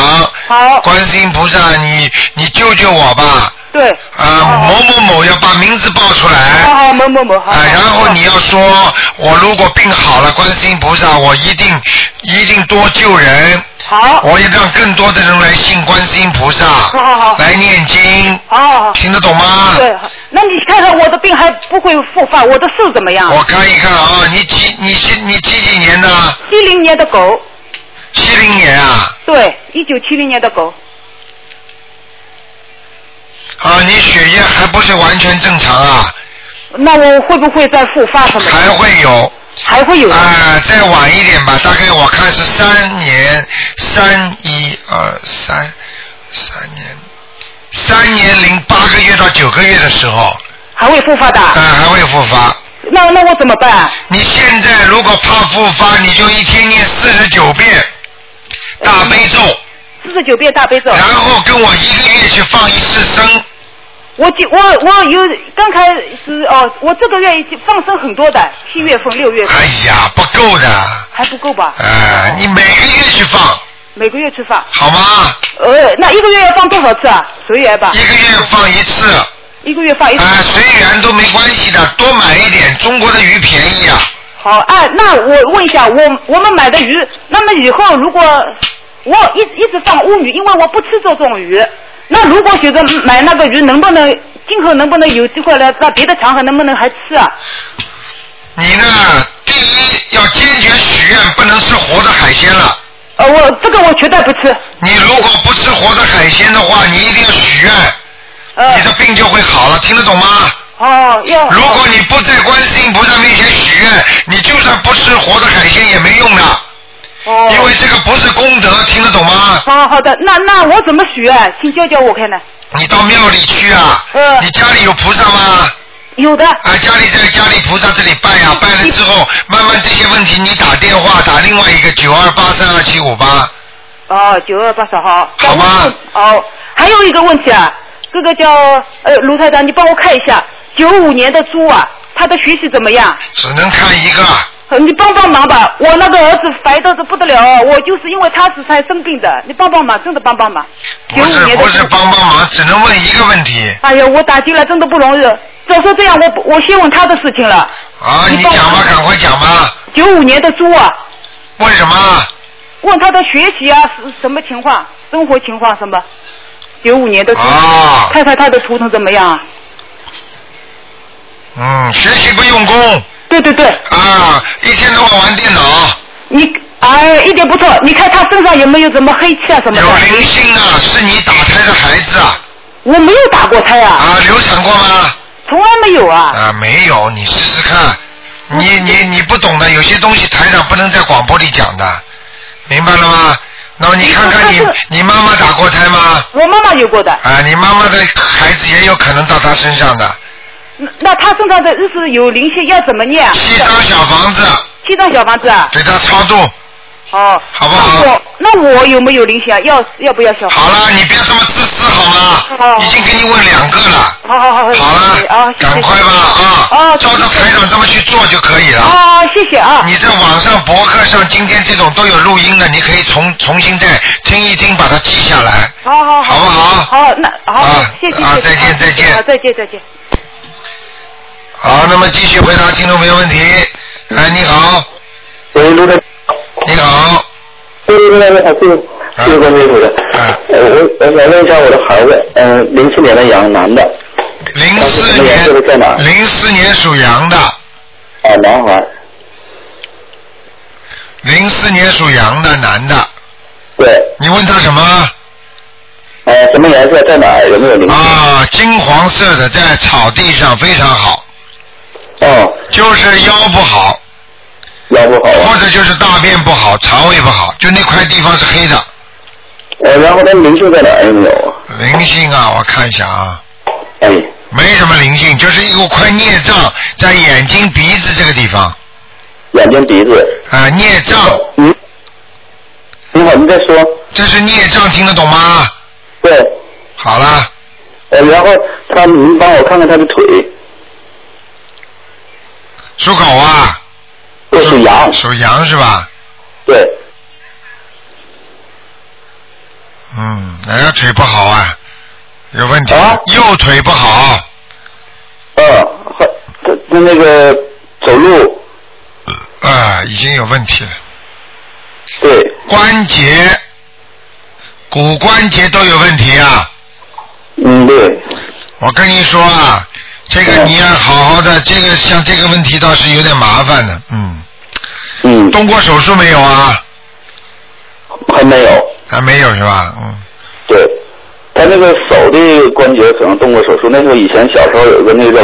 H: 好，
A: 观世音菩萨，你你救救我吧！
H: 对，
A: 啊、某某某要把名字报出来。
H: 好好某某某，好，
A: 啊，然后你要说，我如果病好了，观世音菩萨，我一定一定多救人，
H: 好，
A: 我也让更多的人来信观世音菩萨，
H: 好好好，
A: 来念经，
H: 好好好。
A: 听得懂吗？
H: 对，那你看看我的病还不会复发，我的肾怎么样？
A: 我看一看啊，你几你几你几几年的？
H: 七零年的狗，
A: 七零年啊？
H: 对，一九七零年的狗，
A: 啊，你血液还不是完全正常啊，
H: 那我会不会再复发什么的？
A: 还会有。
H: 还会有的？
A: 啊、再晚一点吧，大概我看是三年，三一二三，三年，三年零八个月到九个月的时候，
H: 还会复发的？
A: 啊、还会复发。
H: 那那我怎么办啊？
A: 你现在如果怕复发，你就一天念四十九遍大悲咒，
H: 四十九遍大悲咒，
A: 然后跟我一个月去放一次生，
H: 我就我我有刚开始哦，我这个月已经放生很多的，七月份、六月份
A: 哎呀，不够的，
H: 还不够吧？
A: 啊、你每个月去放，
H: 每个月去放，
A: 好吗？
H: 呃，那一个月要放多少次啊？随缘吧，
A: 一个月放一次。
H: 一个月放一次。
A: 啊、随缘都没关系的，多买一点，中国的鱼便宜啊。
H: 好，哎、那我问一下，我我们买的鱼，那么以后如果我一直一直放乌鱼，因为我不吃这种鱼，那如果觉得买那个鱼，能不能今后能不能有机会来到别的场合，能不能还吃啊？
A: 你呢，第一要坚决许愿，不能吃活的海鲜了。
H: 呃，我这个我绝对不吃。
A: 你如果不吃活的海鲜的话，你一定要许愿，
H: 呃
A: 你，的病就会好了，听得懂吗？
H: 哦，要
A: 如果你不在观世音菩萨面前许愿，你就算不吃活的海鲜也没用的，
H: 哦，
A: 因为这个不是功德，听得懂吗？
H: 好好的，那那我怎么许愿？请教教我看呢？
A: 你到庙里去啊，
H: 呃
A: 你家里有菩萨吗？
H: 有的，嗯
A: 啊，家里在家里菩萨这里拜呀、拜了之后，慢慢这些问题你打电话打另外一个九二八三二七五八，
H: 哦，九二八十号。
A: 好吗
H: 哦，还有一个问题啊，这个叫呃卢台长，你帮我看一下，九五年的猪啊，他的学习怎么样？
A: 只能看一个。
H: 呃你帮帮忙吧，我那个儿子烦的是不得了，我就是因为他是才生病的，你帮帮忙，真的帮帮忙。九
A: 不
H: 五
A: 是
H: 年的
A: 不是
H: 猪，
A: 帮帮忙，只能问一个问题
H: 哎呀，我打进来真的不容易。早说这样，我我先问他的事情了。
A: 啊！
H: 你
A: 你
H: 帮
A: 讲吧
H: 忙，
A: 赶快讲吧。
H: 九五年的猪啊，
A: 问什么？
H: 问他的学习啊，是什么情况，生活情况什么？九五年的猪，
A: 啊，
H: 看看他的图腾怎么样啊？
A: 嗯，学习不用功
H: 对对对，
A: 啊，一天到晚玩电脑，
H: 你哎一点不错，你看他身上有没有什么黑气啊什么
A: 有
H: 的？
A: 灵性啊，是你打胎的孩子啊
H: 我没有打过胎啊，
A: 啊，流产过吗？
H: 从来没有啊。
A: 啊，没有，你试试看。
H: [laughs]
A: 你你你不懂的，有些东西台长不能在广播里讲的，明白了吗？那么你看看你
H: 但是
A: 你妈妈打过胎
H: [laughs]
A: 吗？
H: 我妈妈有过的，
A: 啊，你妈妈的孩子也有可能到她身上的。
H: 那那他身上的日子有灵性，要怎么念啊？
A: 七张小房子
H: 七张小房子啊？
A: 给她超度，
H: 哦，
A: 好不
H: 那
A: 好
H: 我？那我有没有灵性啊？要要不要小房？
A: 好了，你别这么自私好吗？
H: 哦
A: 已经给你问两个了，
H: 好好好，好了，
A: 赶快吧啊！
H: 哦，
A: 照着台长这么去做就可以了。
H: 哦，谢谢啊。
A: 你在网上、博客上，今天这种都有录音的，你可以重重新再听一听，把它记下来。
H: 好好好，
A: 好不好
H: 好，那好，谢谢
A: 啊
H: 谢谢
A: 再见再
H: 啊
A: 见
H: 啊再见再见。
A: 好，那么继续回答听众朋友问题。哎，你好。
I: 喂，卢台。
A: 你好。
I: 对对对，哎好，谢谢，谢谢关辛苦的。
A: 啊
I: 呃，我我想问一下我的孩子，呃，零四年的羊，男的。
A: 零四
I: 年。这个在哪？
A: 零四年属羊的，
I: 啊，男孩。
A: 零四年属羊的男的，
I: 对。
A: 你问他什么？
I: 呃，什么颜色，在哪儿？有没有灵性？
A: 啊，金黄色的，在草地上非常好。
I: 哦。
A: 就是腰不好。
I: 腰不好、啊
A: 或者就是大便不好，肠胃不好，就那块地方是黑的。
I: 呃，然后他灵性在哪儿？有没有啊？
A: 灵性啊，我看一下啊。
I: 哎。
A: 没什么灵性，就是一块孽障在眼睛、鼻子这个地方。
I: 眼睛、鼻子。
A: 啊、孽障。
I: 嗯。你好，你再说。
A: 这是孽障，听得懂吗？
I: 对。
A: 好了，
I: 呃，然后他，您帮我看看他的腿，
A: 属狗啊。
I: 这是羊。
A: 属羊是吧？
I: 对。
A: 嗯，哪个腿不好啊？有问题。
I: 啊
A: 右腿不好。
I: 呃他他那个走路。
A: 啊，已经有问题了。
I: 对。
A: 关节、骨关节都有问题啊。
I: 嗯，对。
A: 我跟你说啊，这个你要好好的，这个像这个问题倒是有点麻烦的，嗯。
I: 嗯。
A: 动过手术没有啊？
I: 还没有。
A: 还没有是吧？嗯。
I: 对，他那个手的关节可能动过手术。那时候以前小时候有一个那个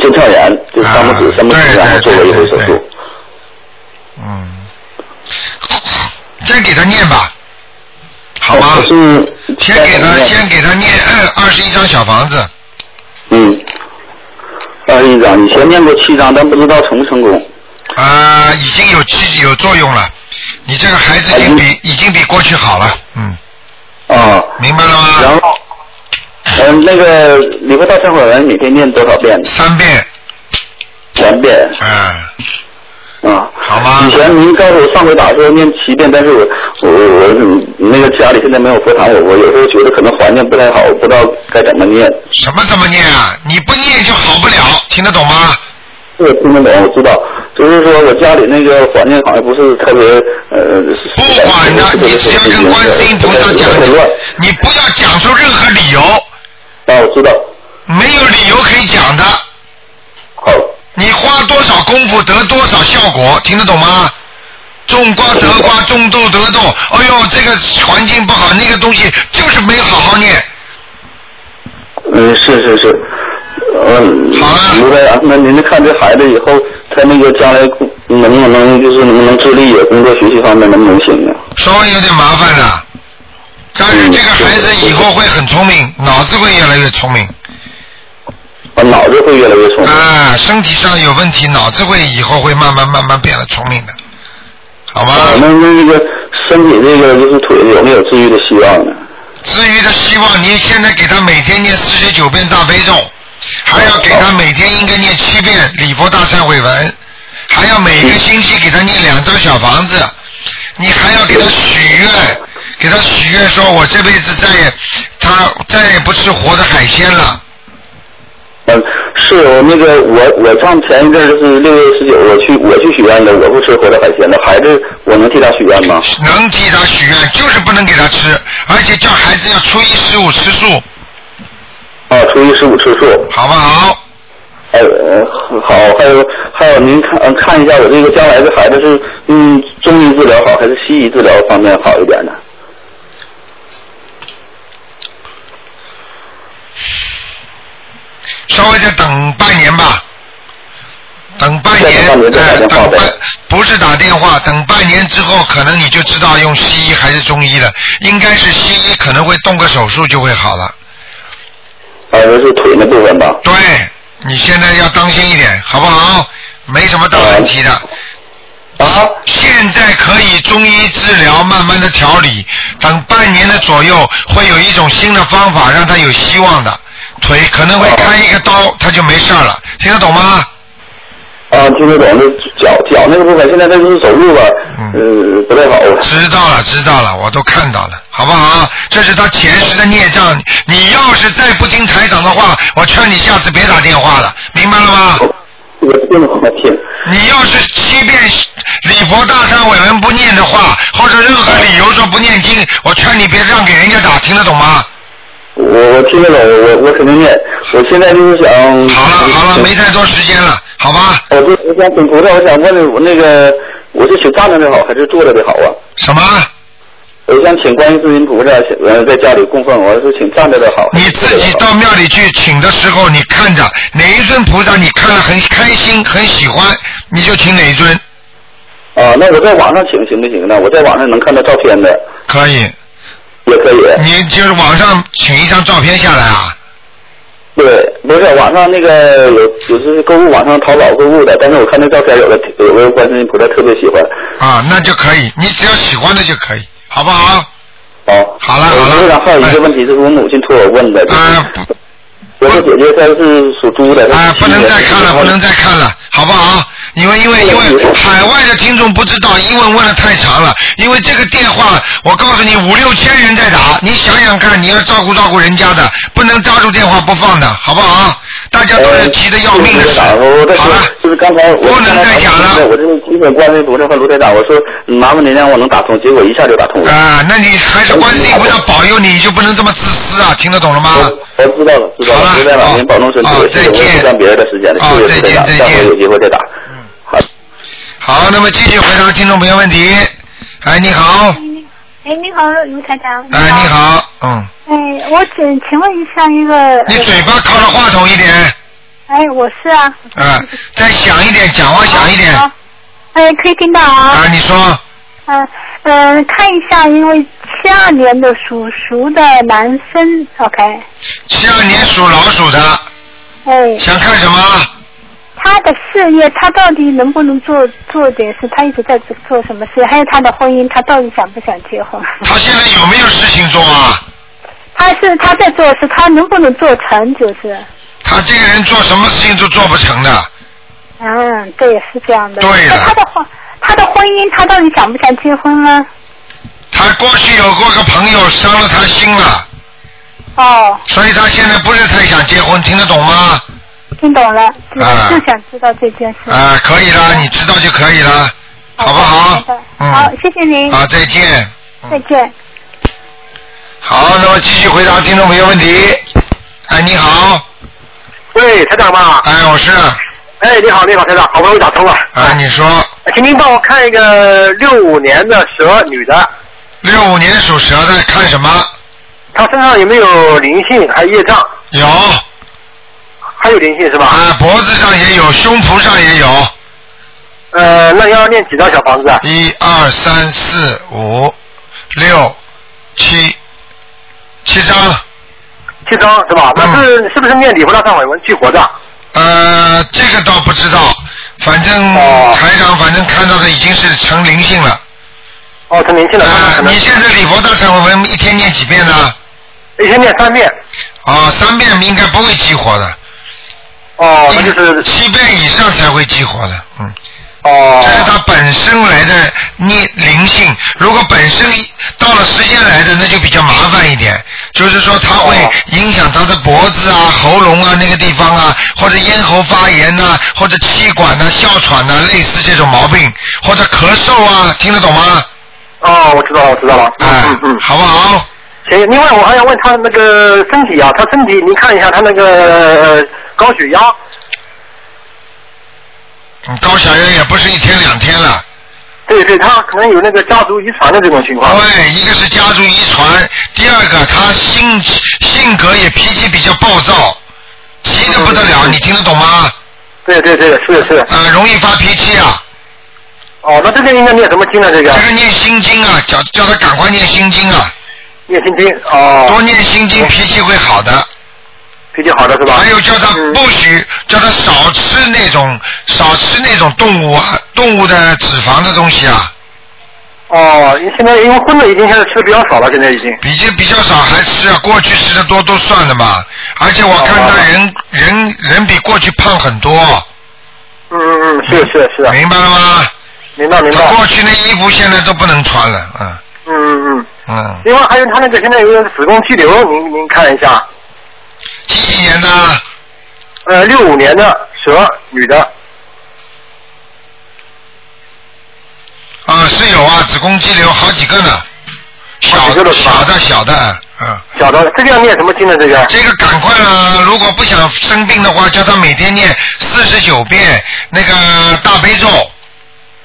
I: 腱鞘炎，就三不指、
A: 啊
I: 三不指，然后做过一回手术。
A: 先给他念吧，好吗？先给他先给他念嗯二十一张小房子，
I: 嗯，二呃十一张，以前念过七张，但不知道成不成功。
A: 啊、已经有起有作用了。你这个孩子已经
I: 嗯
A: 比已经比过去好了，嗯。
I: 啊。
A: 明白了吗？
I: 然后，嗯、那个礼佛大忏悔文每天念多少遍？
A: 三遍。
I: 三遍。
A: 啊
I: 嗯。啊。
A: 好吗？
I: 以前您告诉我上回打的时候念七遍，但是我我我我那个家里现在没有佛堂，我我有时候觉得可能环境不太好，我不知道该怎么念。
A: 什么怎么念啊？你不念就好不了，听得懂吗？
I: 这个听得懂，我知道。就是说我家里那个环境好像不是特别呃。不管的，你只要跟观世音菩萨讲，
A: 你不要讲出任何理由。
I: 啊，我知道。
A: 没有理由可以讲的。你花多少功夫得多少效果，听得懂吗？种瓜得瓜，
I: 嗯
A: 种豆得豆。哎呦，这个环境不好，那个东西就是没有好好念。
I: 嗯，是是是，嗯，好了，啊，那您看这孩子以后，他那个将来能不能就是能不能自立，工作学习方面能不能行啊？
A: 稍微有点麻烦了，但是这个孩子以后会很聪明，脑子会越来越聪明。
I: 啊，脑子会越来越聪明。
A: 啊，身体上有问题，脑子会以后会慢慢慢慢变得聪明的。好吧。
I: 啊那那个身体这个就是腿有没有治愈的希望呢？
A: 至于的希望，您现在给他每天念四十九遍大悲咒，还要给他每天应该念七遍礼佛大忏悔文，还要每个星期给他念两张小房子，你还要给他许愿，给他许愿说，我这辈子再也他再也不吃活的海鲜了。
I: 嗯，是我那个我我上前一阵儿就是六月十九，我去我去许愿了，我不吃活的海鲜了，孩子我能替他许愿吗？
A: 能替他许愿，就是不能给他吃，而且叫孩子要初一十五吃素。
I: 啊，初一十五吃素，
A: 好不好？
I: 哎，呃好，还有还有，您看呃看一下我这个将来的孩子是嗯中医治疗好还是西医治疗方面好一点呢？
A: 稍微再等半年吧，等半年，哎等半不是打电话，等半年之后，可能你就知道用西医还是中医了。应该是西医，可能会动个手术就会好了。
I: 啊，就是腿那部分吧。
A: 对，你现在要当心一点，好不好？没什么大问题的。
I: 啊，
A: 现在可以中医治疗，慢慢的调理，等半年的左右，会有一种新的方法让他有希望的。腿可能会开一个刀，他就没事儿了，听得懂吗？
I: 啊，听得懂，那脚脚那个部分，现在这就是走路吧，
A: 嗯
I: 呃，不太好。
A: 知道了，知道了，我都看到了，好不好？啊这是他前世的孽障，你要是再不听台长的话，我劝你下次别打电话了，明白了吗？
I: 我听了，我听。
A: 你要是欺骗礼佛大忏悔文不念的话，或者任何理由说不念经，我劝你别让给人家打，听得懂吗？
I: 我我听得懂，我我我肯定念。我现在就是想。嗯好了
A: 好了，没太多时间了，好吧？
I: 我就我想请菩萨，我想问我那个，我是请站着的好还是坐着的好啊？
A: 什么？
I: 我想请观世音菩萨，呃，在家里供奉，我是请站着的好。
A: 你自己到庙里去请的时候，你看着哪一尊菩萨你看了很开心、很喜欢，你就请哪一尊。
I: 啊，那我在网上请行不行呢？啊我在网上能看到照片的，
A: 可以。
I: 也可以。
A: 你就是网上请一张照片下来啊？
I: 对，不是网上那个有有时购物网上淘宝购物的，但是我看那照片有个有个观世音菩萨特别喜欢。
A: 啊，那就可以，你只要喜欢的就可以，好不好？
I: 好，
A: 好了
I: 哦我
A: 好
I: 身
A: 了
I: 上，还有一个问题，这是我母亲托我问的。啊，我的姐姐她是属猪的。啊，不能再看了，不能
A: 再看了，好不好？因为因为因为海外的听众不知道，英文问的太长了。因为这个电话，我告诉你，五六千人在打，你想想看，你要照顾照顾人家的，不能抓住电话不放的，好不好？大家都
I: 哎
A: 是急得要命的事。
I: 好了，就是刚才我不能再讲了。我这个基本观世音菩萨和卢台长，我说嗯麻烦您让我能打通，结果一下就打通了。
A: 啊，那你还是观世音
I: 哎
A: 菩萨保佑你，你就不能这么自私啊！听得懂了吗？
I: 我知道了，知道了，明哦白了。您保重身体，谢谢，我也不占别人的时间了，谢谢卢台长，下回有机哦会再打。
A: 好，那么继续回答听众朋友问题。哎，你好，
J: 哎，你好，卢台长。
A: 哎，你好，嗯，
J: 哎，我请请问一下一个。
A: 你嘴巴靠着话筒一点，
J: 哎，我是啊。
A: 啊，再响一点，讲话响一点，
J: 哎，可以听到啊。
A: 啊，你说，
J: 嗯嗯、看一下，因为七二年的属鼠的男生，OK，
A: 七二年属老鼠的，
J: 哎。
A: 想看什么？
J: 他的事业，他到底能不能做做点事？他一直在做做什么事？还有他的婚姻，他到底想不想结婚？
A: 他现在有没有事情做啊？
J: 他是他在做事，他能不能做成？就是，
A: 他这个人做什么事情都做不成的，
J: 嗯，对，是这样的。
A: 对了
J: 那他的婚，他的婚姻，他到底想不想结婚呢？
A: 他过去有过个朋友伤了他心了，
J: 哦，
A: 所以他现在不是太想结婚，听得懂吗？
J: 听懂了，就
A: 啊
J: 就想知道这件事。
A: 啊，可以了，你知道就可以了，啊好不好？
J: 好
A: 嗯，，
J: 谢谢您。
A: 好，再见。
J: 再见。
A: 好，那么继续回答听众朋友问题。哎，你好。
K: 喂，台长吗？
A: 哎，我是。
K: 哎，你好，你好，台长，好不容易打通了。
A: 哎，你说
K: 请您帮我看一个六五年的蛇女的，
A: 六五年属蛇的看什么？
K: 她身上有没有灵性，还有业障？
A: 有。
K: 还有灵性是吧？
A: 啊，脖子上也有，胸脯上也有。
K: 呃，那要念几张小房子啊？
A: 一二三四五六七七张。嗯
K: 七张是吧？那是、是不是念礼佛大忏悔文激活的？
A: 呃，这个倒不知道，反正、台长反正看到的已经是成灵性了。
K: 哦，成灵性了。
A: 啊、你现在礼佛大忏悔文一天念几遍呢？
K: 一天念三遍。
A: 啊、三遍应该不会激活的。
K: 哦，
A: 那就是七遍以上才会激活的，嗯。
K: 哦。
A: 这是他本身来的念灵性，如果本身到了时间来的，那就比较麻烦一点。就是说，它会
K: 哦
A: 影响他的脖子啊、喉咙啊那个地方啊，或者咽喉发炎呐、或者气管呐、哮喘呐、类似这种毛病，或者咳嗽啊，听得懂吗？
K: 哦，我知道了，我知道了。
I: 啊
K: 嗯嗯，
A: 好不好？
K: 行，另外我还想问他那个身体啊，他身体您看一下他那个、呃高血压。
A: 嗯高血压也不是一天两天了。
K: 对对，他可能有那个家族遗传的这种情况。
A: 对，一个是家族遗传，第二个他性性格也脾气比较暴躁，急得不得了，你听得懂吗？
K: 对对对，是是。
A: 呃，容易发脾气啊。
K: 哦，那这个应该念什么经啊呢？这个？
A: 这个念心经啊，叫叫他赶快念心经啊。
K: 念心经哦。
A: 多念心经，脾气会好的。
K: 脾气好的是吧？嗯
A: 还有叫他不许，叫他少吃那种少吃那种动物啊，动物的脂肪的东西啊。
K: 哦，现在因为荤的已经现在吃的比较少了，现在已经。
A: 比较比较少，还吃啊，过去吃的多都算了嘛。而且我看他人、人人比过去胖很多。
K: 嗯嗯嗯，是是是。
A: 明白了吗？
K: 明白明白。
A: 过去那衣服现在都不能穿了，嗯
K: 嗯嗯嗯。
A: 嗯。
K: 另外还有他那个现在有个子宫肌瘤，您您看一下。
A: 几几年的？
K: 呃，六五年的蛇女的。
A: 啊，是有啊，子宫肌瘤好几个呢，小的小的小的，嗯。
K: 小的，这个要念什么经呢？这个？
A: 这个赶快了，如果不想生病的话，叫他每天念四十九遍那个大悲咒。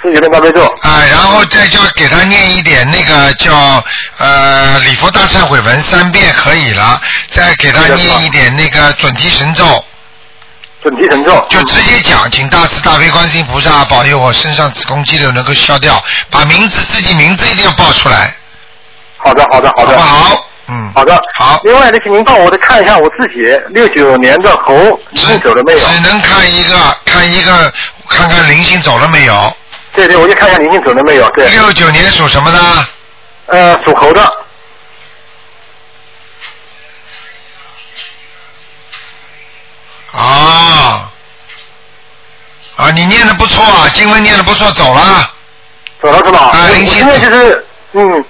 K: 四十九遍大悲咒。
A: 啊，然后再就给他念一点那个叫呃礼佛大忏悔文三遍可以了，再给他念一点那个准提神咒。
K: 准提神咒。
A: 就直接讲，请大慈大悲观世音菩萨保佑我身上子宫肌瘤能够消掉，把名字自己名字一定要报出来。
K: 好的好的好的。
A: 好不好？嗯。
K: 好的。
A: 好。
K: 另外的是，您帮我再看一下我自己六九年的猴，
A: 只
K: 走了没有？
A: 只能看一个，看一个，看看灵性走了没有。
K: 对对，我就看一下您性走了没有。对。
A: 六九年属什么的？
K: 呃，属猴的。
A: 啊啊，你念的不错啊，经文念的不错，走了。
K: 走了是吧？
A: 啊，
K: 我
A: 灵
K: 我
A: 性
K: 现在就是嗯，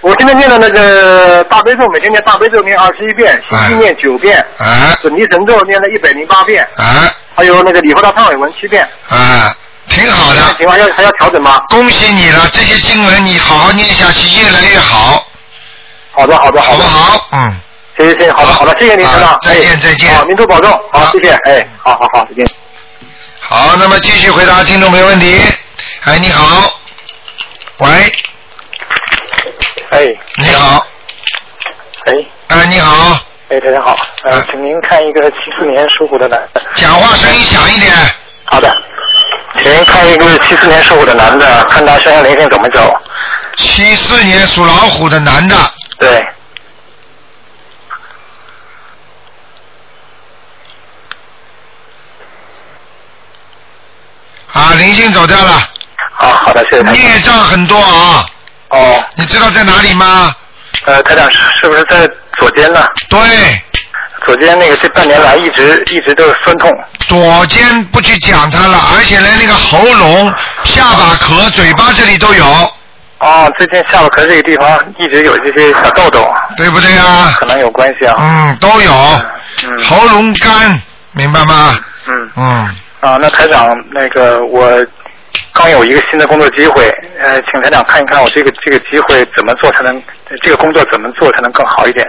K: 我现在念的那个大悲咒，每天念大悲咒念二十一遍，心
C: 哎
K: 经念九遍，
A: 啊
K: 准提神咒念了一百零八遍，
A: 啊
K: 还有那个礼佛大忏悔文七遍。
A: 啊，挺好的。
K: 情况要还要调整吗？
A: 恭喜你了，这些经文你好好念下去，越来越好。
K: 好的好的
A: 好不好？嗯，
K: 行行行，好的好的，谢谢您，台长。
A: 再见
K: 哎
A: 再见
K: 好，您多保重。好，谢谢。哎，好好好，再见。
A: 好，那么继续回答听众朋友问题。哎，你好，喂，
L: 哎，
A: 你好，
L: 哎，
A: 哎，你好，啊
L: 哎，大家好，呃，请您看一个七四年属虎的男的。
A: 讲话声音响一点。
L: 好的，请您看一个七四年属虎的男的，看他身上灵性怎么走。
A: 七四年属老虎的男的，
L: 对，
A: 啊，灵性走掉了。
L: 好好的，谢谢台长。
A: 孽障很多啊。
L: 哦。
A: 你知道在哪里吗？
L: 呃，台长是是不是在左肩呢？
A: 对。
L: 左肩那个这半年来一直一直都是酸痛。
A: 左肩不去讲它了，而且连那个喉咙、下巴壳、嘴巴这里都有，
L: 哦，最近下巴壳这个地方一直有这些小痘痘，
A: 对不对啊？
L: 可能有关系啊。
A: 嗯，都有。喉咙干，明白吗？
L: 嗯
A: 嗯，
L: 啊，那台长，那个我刚有一个新的工作机会，呃，请台长看一看我这个这个机会怎么做才能，这个工作怎么做才能更好一点？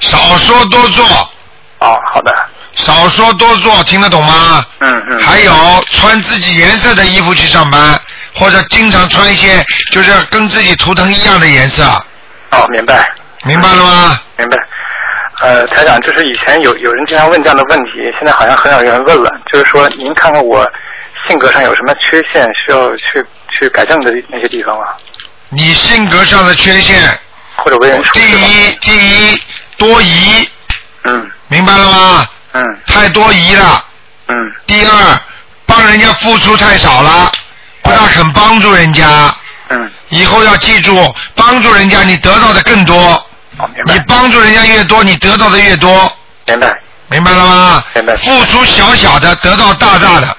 A: 少说多做。
L: 哦，好的。
A: 少说多做，听得懂吗？
L: 嗯嗯。
A: 还有穿自己颜色的衣服去上班，或者经常穿一些就是跟自己图腾一样的颜色，
L: 哦，明白，
A: 明白了吗？
L: 明白。呃，台长，就是以前有有人经常问这样的问题，现在好像很少有人问了。就是说，您看看我性格上有什么缺陷需要去去改正的那些地方啊，
A: 你性格上的缺陷，
L: 或者为人处
A: 第
L: 事吧。
A: 一第一多疑，
L: 嗯
A: 明白了吗？
L: 嗯
A: 太多疑了。
L: 嗯。
A: 第二，帮人家付出太少了，不大肯帮助人家。
L: 嗯。
A: 以后要记住，帮助人家你得到的更多。你帮助人家越多，你得到的越多。
L: 明白。
A: 哦明白了吗？
L: 明白
A: 付出小小的，得到大大的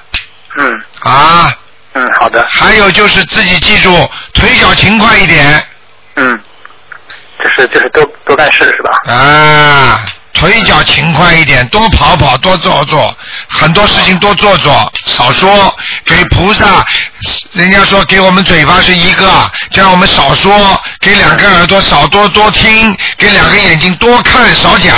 L: 嗯
A: 啊！
L: 嗯，好的，
A: 还有就是自己记住，腿脚勤快一点
L: 嗯，就是就是多多干事是吧？
A: 啊，腿脚勤快一点，多跑跑，多做做，很多事情多做做，少说。给菩萨，人家说给我们嘴巴是一个，就让我们少说；给两个耳朵少多多听，给两个眼睛多看少讲。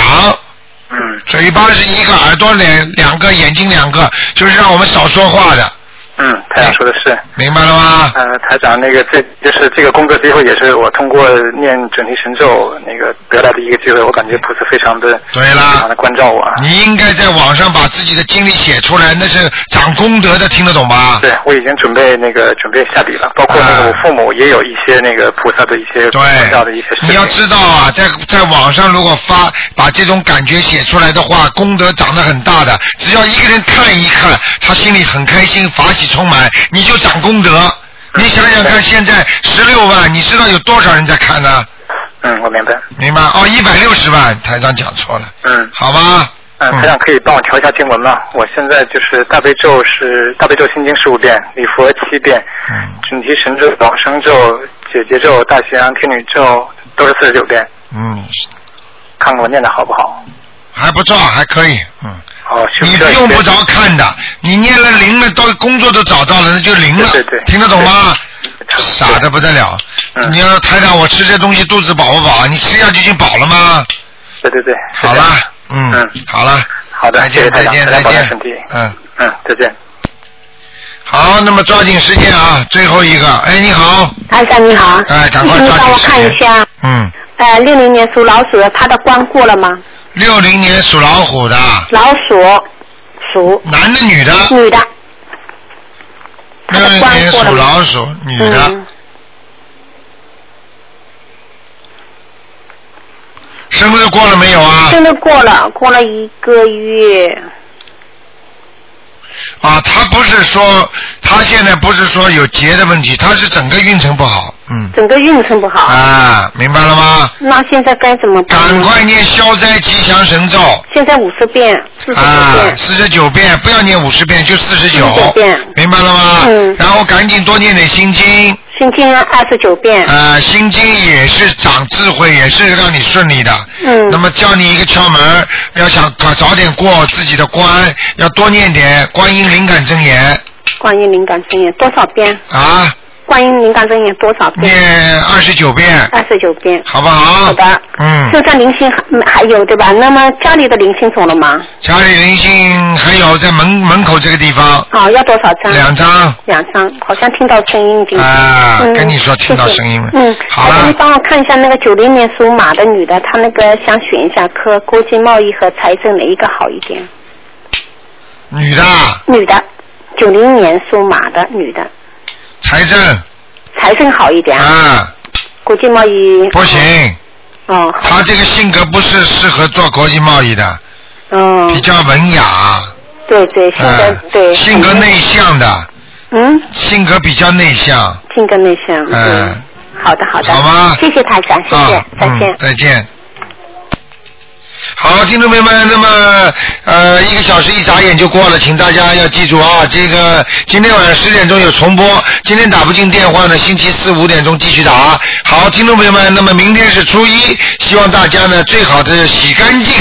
L: 嗯
A: 嘴巴是一个，耳朵两两个，眼睛两个，就是让我们少说话的，
L: 嗯，台长说的是。
A: 明白了吗？
L: 呃，台长，那个这就是这个工作机会，也是我通过念准提神咒那个得来的一个机会。我感觉菩萨非常的
A: 对
L: 非
A: 啦
L: 常，的关照我。啊
A: 你应该在网上把自己的经历写出来，那是长功德的，听得懂吗？
L: 对，我已经准备那个准备下笔了，包括
A: 啊
L: 那个我父母也有一些那个菩萨的一些关照的一些事
A: 你要
L: 情。
A: 知道啊，在在网上如果发把这种感觉写出来的话，功德长得很大的。只要一个人看一看，他心里很开心，法喜充满，你就长功德。你想想看，现在十六万，你知道有多少人在看呢？
L: 嗯，我明白。
A: 明白哦，一百六十万，台长讲错了，
L: 嗯，
A: 好吧。
L: 嗯，台长可以帮我调一下经文吗？我现在就是大悲咒是大悲咒心经十五遍，礼佛七遍，
A: 嗯
L: 准提神咒、往生咒、解结咒、大吉祥天女咒都是四十九遍，
A: 嗯，
L: 看看我念的好不好？
A: 还不错，还可以，嗯。
L: 哦，需
A: 你
L: 需要一
A: 用
L: 遍
A: 不着看的，你念了灵了，到工作都找到了，那就灵了，
L: 对对对
A: 听得懂吗？傻的不得了！
L: 嗯
A: 你要台长，我吃这东西肚子饱不饱？你吃下去就饱了吗？
L: 对对对，
A: 好了，嗯，好了，
L: 好的，
A: 再
L: 谢谢
A: 见，
L: 台
A: 再
L: 长，
A: 见，
L: 台
A: 再
L: 长保重
A: 见
L: 身，体，
A: 嗯。
L: 嗯，再见。
A: 好，那么抓紧时间啊，最后一个，哎，你好，
E: 台长你好，啊
A: 哎，赶快
E: 请你
A: 抓
E: 帮我
A: 紧时
E: 看
A: 间，
E: 一下，
A: 嗯，
E: 呃，六零年属老鼠的，他的关过了吗？
A: 六零年属老虎的，
E: 老鼠，鼠。嗯
A: 男的女的？
E: 女的。
A: 六零年
E: 过了
A: 属
E: 吗
A: 老鼠，女的
E: 嗯，
A: 生日过了没有啊？
E: 真的过了，过了一个月。
A: 啊，他不是说他现在不是说有结的问题，他是整个运程不好，嗯，
E: 整个运程不好。
A: 啊，明白了吗？
E: 那现在该怎么办？
A: 赶快念消灾吉祥神咒
E: 现在五十遍，四十九
A: 啊，
E: 遍。
A: 四十九遍，不要念五十遍，就四十九
E: 49遍，
A: 明白了吗？嗯。然后赶紧多念点心经。
E: 心经二十九遍。
A: 啊，心经也是长智慧，也是让你顺利的。嗯。那么教你一个窍门，要想早早点过自己的关，要多念点观音灵感真言
E: 观音灵感真言多少遍？
A: 啊，
E: 观音灵感真言多少遍？
A: 念二十九遍，
E: 二十九遍。
A: 好不好？
E: 好的。
A: 嗯。
E: 就算灵性还嗯还有对吧？那么家里的灵性走了吗？
A: 家里灵性还有在门门口这个地方，
E: 哦，要多少张？
A: 两张。
E: 两张，好像听到声音已经。
A: 啊
E: 嗯、
A: 跟你说听到
E: 谢谢
A: 声音了
E: 嗯，
A: 好
E: 了。
A: 了
E: 你帮我看一下那个九零年属马的女的，她那个想选一下科，国际贸易和财政哪一个好一点？
A: 女的
E: 女的，九零年属马的女的，
A: 财政
E: 财政好一点。
A: 啊。
E: 国际贸易。
A: 不行，
E: 哦，
A: 她这个性格不是适合做国际贸易的，
E: 嗯，
A: 比较文雅，
E: 对对，现在、
A: 嗯
E: 对。
A: 性格内向的，
E: 嗯，
A: 性格比较内向，
E: 性格内向。对。
A: 嗯，
E: 好的好的。
A: 好吗
E: 谢谢台长，谢谢，再见。
A: 嗯，再见。好，听众朋友们，那么呃，一个小时一眨眼就过了，请大家要记住啊，这个今天晚上十点钟有重播，今天打不进电话呢，星期四五点钟继续打啊。好，听众朋友们，那么明天是初一，希望大家呢最好的洗干净，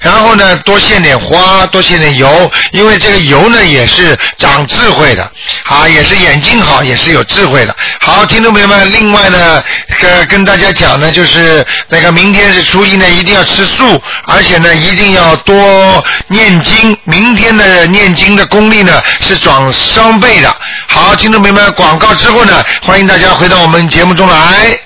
A: 然后呢多献点花，多献点油，因为这个油呢也是长智慧的啊，也是眼睛好，也是有智慧的。好，听众朋友们，另外呢，跟跟大家讲呢，就是那个明天是初一呢，一定要吃素，而且呢，一定要多念经。明天的念经的功力呢是涨双倍的。好，听众朋友们，广告之后呢，欢迎大家回到我们节目中来。